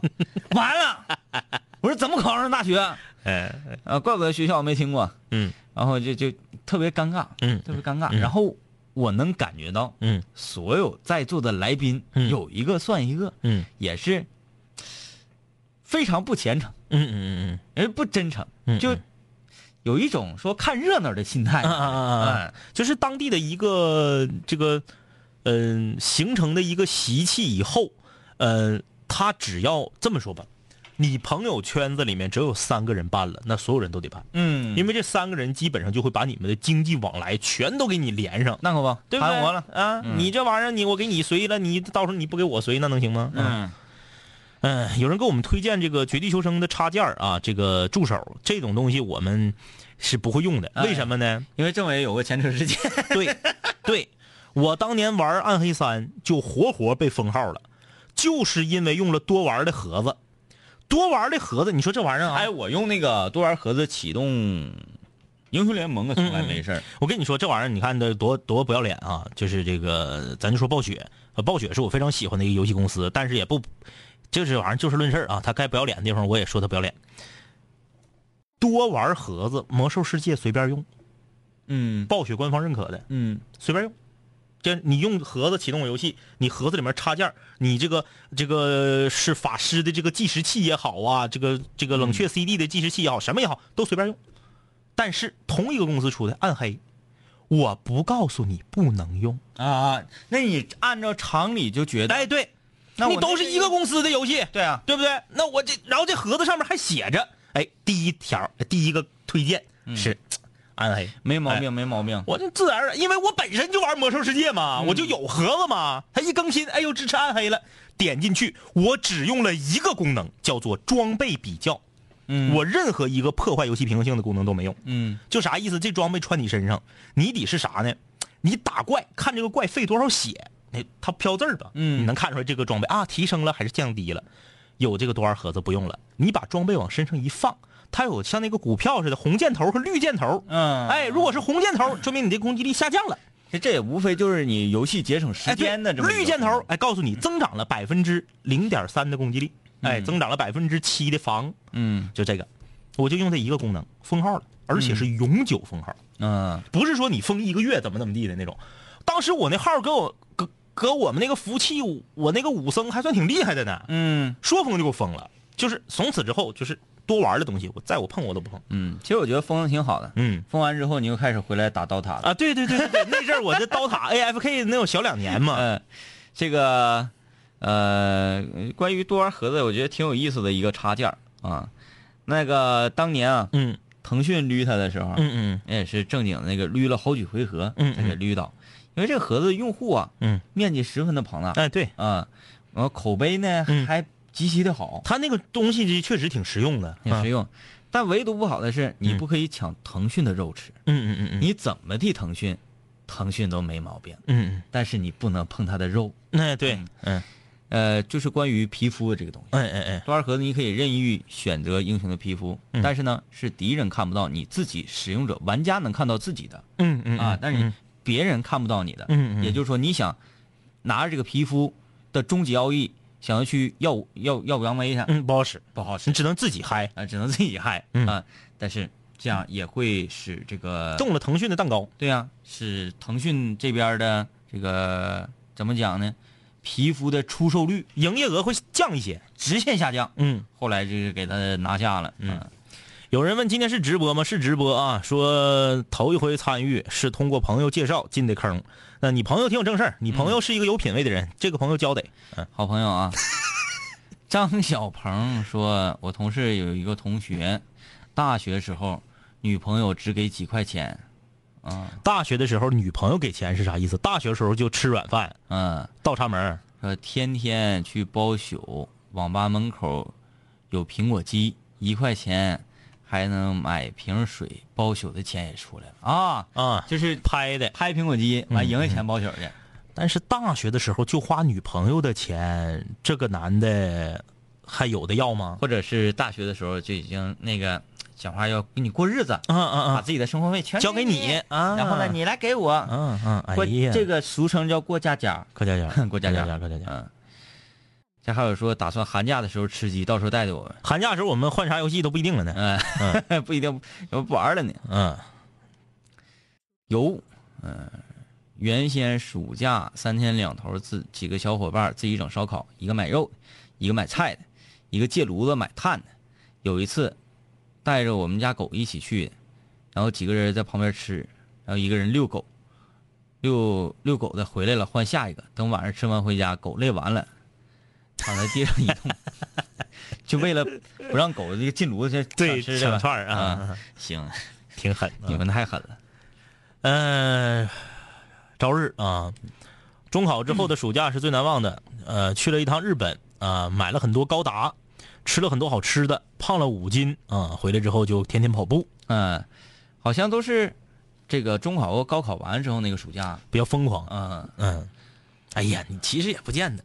[SPEAKER 3] 完了， 我说怎么考上大学啊？
[SPEAKER 4] 哎，哎
[SPEAKER 3] 啊，怪不得学校我没听过。
[SPEAKER 4] 嗯
[SPEAKER 3] 然后就就特别尴尬，
[SPEAKER 4] 嗯
[SPEAKER 3] 特别尴尬。
[SPEAKER 4] 嗯
[SPEAKER 3] 然后我能感觉到
[SPEAKER 4] 嗯
[SPEAKER 3] 所有在座的来宾
[SPEAKER 4] 嗯
[SPEAKER 3] 有一个算一个，
[SPEAKER 4] 嗯
[SPEAKER 3] 也是非常不虔诚，
[SPEAKER 4] 嗯嗯
[SPEAKER 3] 人不真诚，
[SPEAKER 4] 嗯
[SPEAKER 3] 就有一种说看热闹的心态。
[SPEAKER 4] 嗯嗯啊啊啊！就是当地的一个这个，嗯、形成的一个习气以后，呃，他只要这么说吧，你朋友圈子里面只有三个人办了，那所有人都得办，
[SPEAKER 3] 嗯，
[SPEAKER 4] 因为这三个人基本上就会把你们的经济往来全都给你连上，
[SPEAKER 3] 那可不，
[SPEAKER 4] 对不对？
[SPEAKER 3] 盘活了。
[SPEAKER 4] 啊！
[SPEAKER 3] 嗯
[SPEAKER 4] 你这玩意儿，你我给你随了，你到时候你不给我随，那能行吗？啊
[SPEAKER 3] 嗯
[SPEAKER 4] 嗯，有人给我们推荐这个《绝地求生》的插件儿啊，这个助手这种东西我们是不会用的，
[SPEAKER 3] 哎
[SPEAKER 4] 为什么呢？
[SPEAKER 3] 因为政委有过前车之鉴。
[SPEAKER 4] 对，对我当年玩《暗黑三》就活活被封号了，就是因为用了多玩的盒子，多玩的盒子，你说这玩意儿啊，
[SPEAKER 3] 哎，我用那个多玩盒子启动英雄联盟，可从来没事儿。
[SPEAKER 4] 我跟你说，这玩意儿你看的多多不要脸啊！就是这个，咱就说暴雪，呃暴雪是我非常喜欢的一个游戏公司，但是也不，就是这玩意儿就事论事儿啊。他该不要脸的地方，我也说他不要脸。多玩盒子，魔兽世界随便用，
[SPEAKER 3] 嗯
[SPEAKER 4] 暴雪官方认可的，
[SPEAKER 3] 嗯
[SPEAKER 4] 随便用。这你用盒子启动游戏，你盒子里面插件儿，你这个这个是法师的这个计时器也好啊，这个这个冷却 CD 的计时器也好，什么也好，都随便用。但是同一个公司出的《暗黑》，我不告诉你不能用。
[SPEAKER 3] 啊，那你按照常理就觉得，
[SPEAKER 4] 哎，对，
[SPEAKER 3] 那我
[SPEAKER 4] 你都是一个公司的游戏，
[SPEAKER 3] 对啊，
[SPEAKER 4] 对不对？那我这，然后这盒子上面还写着，哎，第一条，第一个推荐是《暗黑》，
[SPEAKER 3] 没毛
[SPEAKER 4] 哎
[SPEAKER 3] 病，没毛病。
[SPEAKER 4] 我就自然而然，因为我本身就玩魔兽世界嘛，我就有盒子嘛。它一更新，哎呦支持暗黑了，点进去，我只用了一个功能，叫做装备比较。
[SPEAKER 3] 嗯
[SPEAKER 4] 我任何一个破坏游戏平衡性的功能都没用。
[SPEAKER 3] 嗯
[SPEAKER 4] 就啥意思？这装备穿你身上，你得是啥呢？你打怪，看这个怪费多少血，那它飘字儿吧，
[SPEAKER 3] 嗯
[SPEAKER 4] 你能看出来这个装备啊提升了还是降低了？有这个多少盒子不用了，你把装备往身上一放，它有像那个股票似的红箭头和绿箭头，
[SPEAKER 3] 嗯，
[SPEAKER 4] 哎，如果是红箭头，说明你的攻击力下降了。
[SPEAKER 3] 这这也无非就是你游戏节省时
[SPEAKER 4] 哎，对
[SPEAKER 3] 间的这么一个
[SPEAKER 4] 绿箭头，哎，告诉你增长了百分之零点三的攻击力，哎，增长了百分之七的防，
[SPEAKER 3] 嗯
[SPEAKER 4] 就这个，我就用这一个功能封号了，而且是永久封号，
[SPEAKER 3] 嗯
[SPEAKER 4] 不是说你封一个月怎么怎么地的那种。当时我那号搁我搁搁我们那个服务器，我那个武僧还算挺厉害的呢，
[SPEAKER 3] 嗯
[SPEAKER 4] 说封就给我封了，就是从此之后就是多玩的东西，我再我碰我都不碰。
[SPEAKER 3] 嗯，其实我觉得封的挺好的。
[SPEAKER 4] 嗯
[SPEAKER 3] 封完之后，你又开始回来打刀塔了。
[SPEAKER 4] 啊，对对对 对对，那阵儿我这刀塔 AFK 能有小两年嘛，
[SPEAKER 3] 嗯，这个呃，关于多玩盒子，我觉得挺有意思的一个插件儿啊。那个当年啊，
[SPEAKER 4] 嗯
[SPEAKER 3] 腾讯捋它的时候，啊
[SPEAKER 4] 嗯嗯
[SPEAKER 3] 那也哎是正经那个捋了好几回合，
[SPEAKER 4] 嗯
[SPEAKER 3] 才给捋倒。因为这个盒子用户啊，
[SPEAKER 4] 嗯，
[SPEAKER 3] 面积十分的庞大，
[SPEAKER 4] 哎对，
[SPEAKER 3] 啊，然后口碑呢
[SPEAKER 4] 嗯
[SPEAKER 3] 还极其的好，
[SPEAKER 4] 它那个东西确实挺实用的，
[SPEAKER 3] 也实
[SPEAKER 4] 啊
[SPEAKER 3] 用。但唯独不好的是，你
[SPEAKER 4] 嗯
[SPEAKER 3] 不可以抢腾讯的肉吃，
[SPEAKER 4] 嗯嗯嗯嗯
[SPEAKER 3] 你怎么地腾讯，腾讯都没毛病，
[SPEAKER 4] 嗯嗯，
[SPEAKER 3] 但是你不能碰它的肉。
[SPEAKER 4] 那对，嗯
[SPEAKER 3] 呃，就是关于皮肤的这个东西。
[SPEAKER 4] 哎哎哎，
[SPEAKER 3] 多尔盒子，你可以任意选择英雄的皮肤，
[SPEAKER 4] 嗯
[SPEAKER 3] 但是呢，是敌人看不到，你自己使用者玩家能看到自己的
[SPEAKER 4] 嗯嗯
[SPEAKER 3] 啊，但是你
[SPEAKER 4] 嗯
[SPEAKER 3] 别人看不到你的。
[SPEAKER 4] 嗯嗯
[SPEAKER 3] 也就是说，你想拿着这个皮肤的终极奥义，想要去耀耀耀武扬威一下，
[SPEAKER 4] 嗯不好使，
[SPEAKER 3] 不好使
[SPEAKER 4] 你只能自己嗨，
[SPEAKER 3] 啊，只能自己嗨
[SPEAKER 4] 嗯
[SPEAKER 3] 啊。但是这样也会使这个
[SPEAKER 4] 中了腾讯的蛋糕，
[SPEAKER 3] 对啊，使腾讯这边的这个怎么讲呢？皮肤的出售率
[SPEAKER 4] 营业额会降一些。
[SPEAKER 3] 直线下降。
[SPEAKER 4] 嗯，
[SPEAKER 3] 后来这个给他拿下了。嗯
[SPEAKER 4] 有人问今天是直播吗？是直播啊，说头一回参与是通过朋友介绍进的坑。那你朋友挺有正事儿，你朋
[SPEAKER 3] 嗯
[SPEAKER 4] 友是一个有品位的人，这个朋友交得。
[SPEAKER 3] 好朋友啊， 张小鹏说，我同事有一个同学，大学时候女朋友只给几块钱，
[SPEAKER 4] 大学的时候女朋友给钱是啥意思？大学时候就吃软饭，
[SPEAKER 3] 嗯，
[SPEAKER 4] 倒插门儿，
[SPEAKER 3] 说天天去包宿，网吧门口有苹果机，一块钱还能买瓶水，包宿的钱也出来了啊，
[SPEAKER 4] 啊，
[SPEAKER 3] 就是
[SPEAKER 4] 拍的。嗯
[SPEAKER 3] 拍苹果机完赢了钱包宿去，
[SPEAKER 4] 但是大学的时候就花女朋友的钱，这个男的还有的要吗？
[SPEAKER 3] 或者是大学的时候就已经那个讲话要跟你过日子，
[SPEAKER 4] 啊啊
[SPEAKER 3] 把
[SPEAKER 4] 啊！
[SPEAKER 3] 自己的生活费全
[SPEAKER 4] 交给
[SPEAKER 3] 你
[SPEAKER 4] 你啊
[SPEAKER 3] 然后呢你来给我，
[SPEAKER 4] 嗯嗯，哎
[SPEAKER 3] 过
[SPEAKER 4] 呀，
[SPEAKER 3] 这个俗称叫过家家。
[SPEAKER 4] 快点 点，
[SPEAKER 3] 过家家
[SPEAKER 4] 快点点。
[SPEAKER 3] 嗯，这还有说打算寒假的时候吃鸡，到时候带带我们。
[SPEAKER 4] 寒假时候我们换啥游戏都不一定了呢。
[SPEAKER 3] 嗯， 不一定不不玩了呢。
[SPEAKER 4] 嗯
[SPEAKER 3] 有，嗯、原先暑假三天两头自几个小伙伴自己整烧烤，一个买肉，一个买菜的，一一个借炉子买炭的，有一次带着我们家狗一起去，然后几个人在旁边吃，然后一个人遛狗，遛遛狗的回来了换下一个，等晚上吃完回家，狗累完了，躺在地上一动，就为了不让狗这个进炉子去
[SPEAKER 4] 对
[SPEAKER 3] 吃
[SPEAKER 4] 抢串儿
[SPEAKER 3] 儿
[SPEAKER 4] 啊
[SPEAKER 3] 啊，行，
[SPEAKER 4] 挺狠啊。
[SPEAKER 3] 你们太狠了，
[SPEAKER 4] 嗯，朝日啊，中考之后的暑假是最难忘的。呃，去了一趟日本啊、买了很多高达，吃了很多好吃的，胖了五斤啊、回来之后就天天跑步，
[SPEAKER 3] 嗯，好像都是这个中考和高考完之后那个暑假，
[SPEAKER 4] 比较疯狂。
[SPEAKER 3] 嗯
[SPEAKER 4] 嗯，哎呀，你其实也不见得。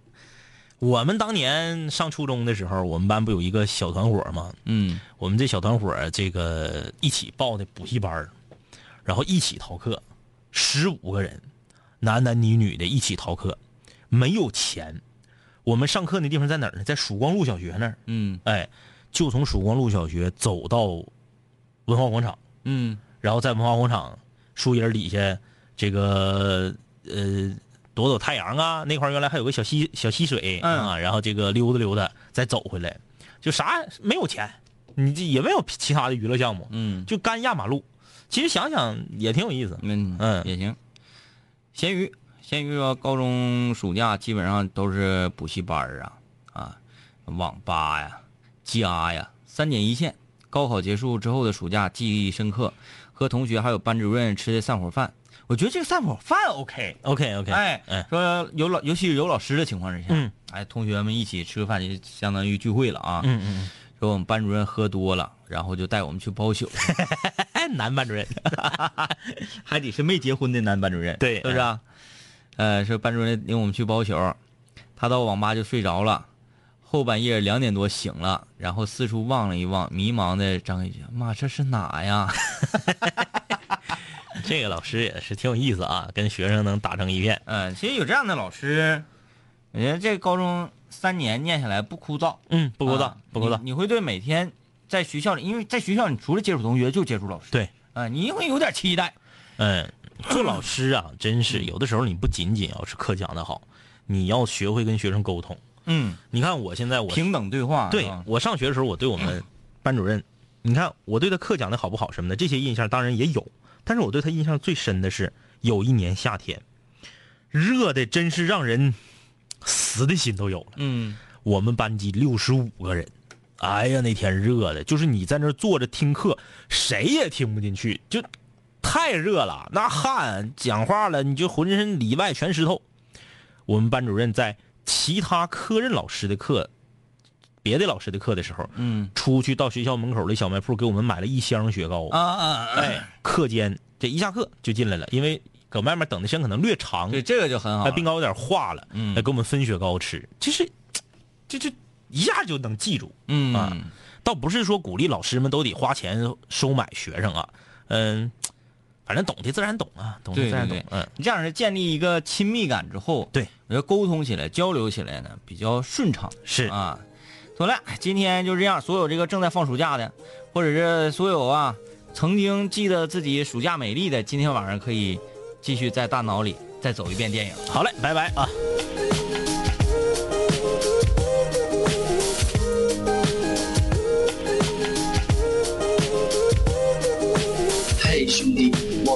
[SPEAKER 4] 我们当年上初中的时候，我们班不有一个小团伙吗？
[SPEAKER 3] 嗯
[SPEAKER 4] 我们这小团伙儿这个一起报的补习班儿然后一起逃课，十五个人，男男女女的一起逃课，没有钱。我们上课那地方在哪儿呢？在曙光路小学那儿。
[SPEAKER 3] 嗯
[SPEAKER 4] 哎，就从曙光路小学走到文化广场，
[SPEAKER 3] 嗯
[SPEAKER 4] 然后在文化广场树荫儿底下，这个呃躲躲太阳啊，那块儿原来还有个小溪小溪水、
[SPEAKER 3] 嗯
[SPEAKER 4] 啊，然后这个溜达溜达，再走回来，就啥没有钱，你这也没有其他的娱乐项目，
[SPEAKER 3] 嗯，
[SPEAKER 4] 就干压马路。其实想想也挺有意思，
[SPEAKER 3] 嗯
[SPEAKER 4] 嗯
[SPEAKER 3] 也行。咸鱼，咸鱼说高中暑假基本上都是补习班儿啊啊，网吧呀、家呀，三点一线。高考结束之后的暑假记忆深刻，和同学还有班主任吃的散伙饭，我觉得这个散伙饭 OK。
[SPEAKER 4] OK OK，
[SPEAKER 3] 哎，
[SPEAKER 4] 哎，
[SPEAKER 3] 说有老，尤其是有老师的情况之下，
[SPEAKER 4] 嗯
[SPEAKER 3] 哎，同学们一起吃个饭，就相当于聚会了啊。
[SPEAKER 4] 嗯嗯，
[SPEAKER 3] 说我们班主任喝多了，然后就带我们去包 宿。
[SPEAKER 4] 哎，男班 主任，
[SPEAKER 3] 还得是没结婚的男班主任，
[SPEAKER 4] 对
[SPEAKER 3] 是不是啊？呃，说班主任领我们去包宿，他到网吧就睡着了，后半夜两点多醒了，然后四处望了一望，迷茫的张一句：“妈，这是哪呀。
[SPEAKER 4] 这个老师也是挺有意思啊，跟学生能打成一片？”
[SPEAKER 3] 嗯，其实有这样的老师，我觉得这高中三年念下来不枯燥，
[SPEAKER 4] 嗯，不
[SPEAKER 3] 不
[SPEAKER 4] 枯燥，不枯燥
[SPEAKER 3] 啊你。你会对每天在学校里，因为在学校你除了接触同学就接触老师，
[SPEAKER 4] 对，
[SPEAKER 3] 啊、你会有点期待，
[SPEAKER 4] 嗯，做老师啊，真是有的时候你不仅仅要是课讲的好，你要学会跟学生沟通。
[SPEAKER 3] 嗯，
[SPEAKER 4] 你看我现在我
[SPEAKER 3] 平等啊对话，是
[SPEAKER 4] 对
[SPEAKER 3] 吧
[SPEAKER 4] 我上学的时候，我对我们班主任，你看我对他课讲的好不好什么的，这些印象当然也有，但是我对他印象最深的是有一年夏天，热的真是让人死的心都有了。
[SPEAKER 3] 嗯
[SPEAKER 4] 我们班级六十五个人，哎呀，那天热的，就是你在那儿坐着听课，谁也听不进去，就太热了，那汗讲话了，你就浑身里外全湿透。我们班主任在其他科任老师的课、别的老师的课的时候，
[SPEAKER 3] 嗯
[SPEAKER 4] 出去到学校门口的小卖铺给我们买了一箱雪糕。
[SPEAKER 3] 啊啊，哎。
[SPEAKER 4] 课间这一下课就进来了，因为搁外面等的时间可能略长，
[SPEAKER 3] 对，这个就很好
[SPEAKER 4] 哎，
[SPEAKER 3] 了。
[SPEAKER 4] 冰糕有点化了，
[SPEAKER 3] 啊嗯
[SPEAKER 4] 哎，给我们分雪糕吃，这是，这这一下就能记住，
[SPEAKER 3] 嗯
[SPEAKER 4] 啊倒不是说鼓励老师们都得花钱收买学生啊，嗯，反正懂的自然懂啊，懂的
[SPEAKER 3] 对
[SPEAKER 4] 自然
[SPEAKER 3] 对
[SPEAKER 4] 懂
[SPEAKER 3] 对，，
[SPEAKER 4] 嗯，
[SPEAKER 3] 你这样是建立一个亲密感之后，
[SPEAKER 4] 对，
[SPEAKER 3] 我觉得沟通起来、交流起来呢比较顺畅
[SPEAKER 4] 是，
[SPEAKER 3] 啊。好了，今天就这样。所有这个正在放暑假的，或者是所有啊曾经记得自己暑假美丽的，今天晚上可以继续在大脑里再走一遍电影。
[SPEAKER 4] 好嘞，拜拜啊。
[SPEAKER 7] 嘿，兄弟，我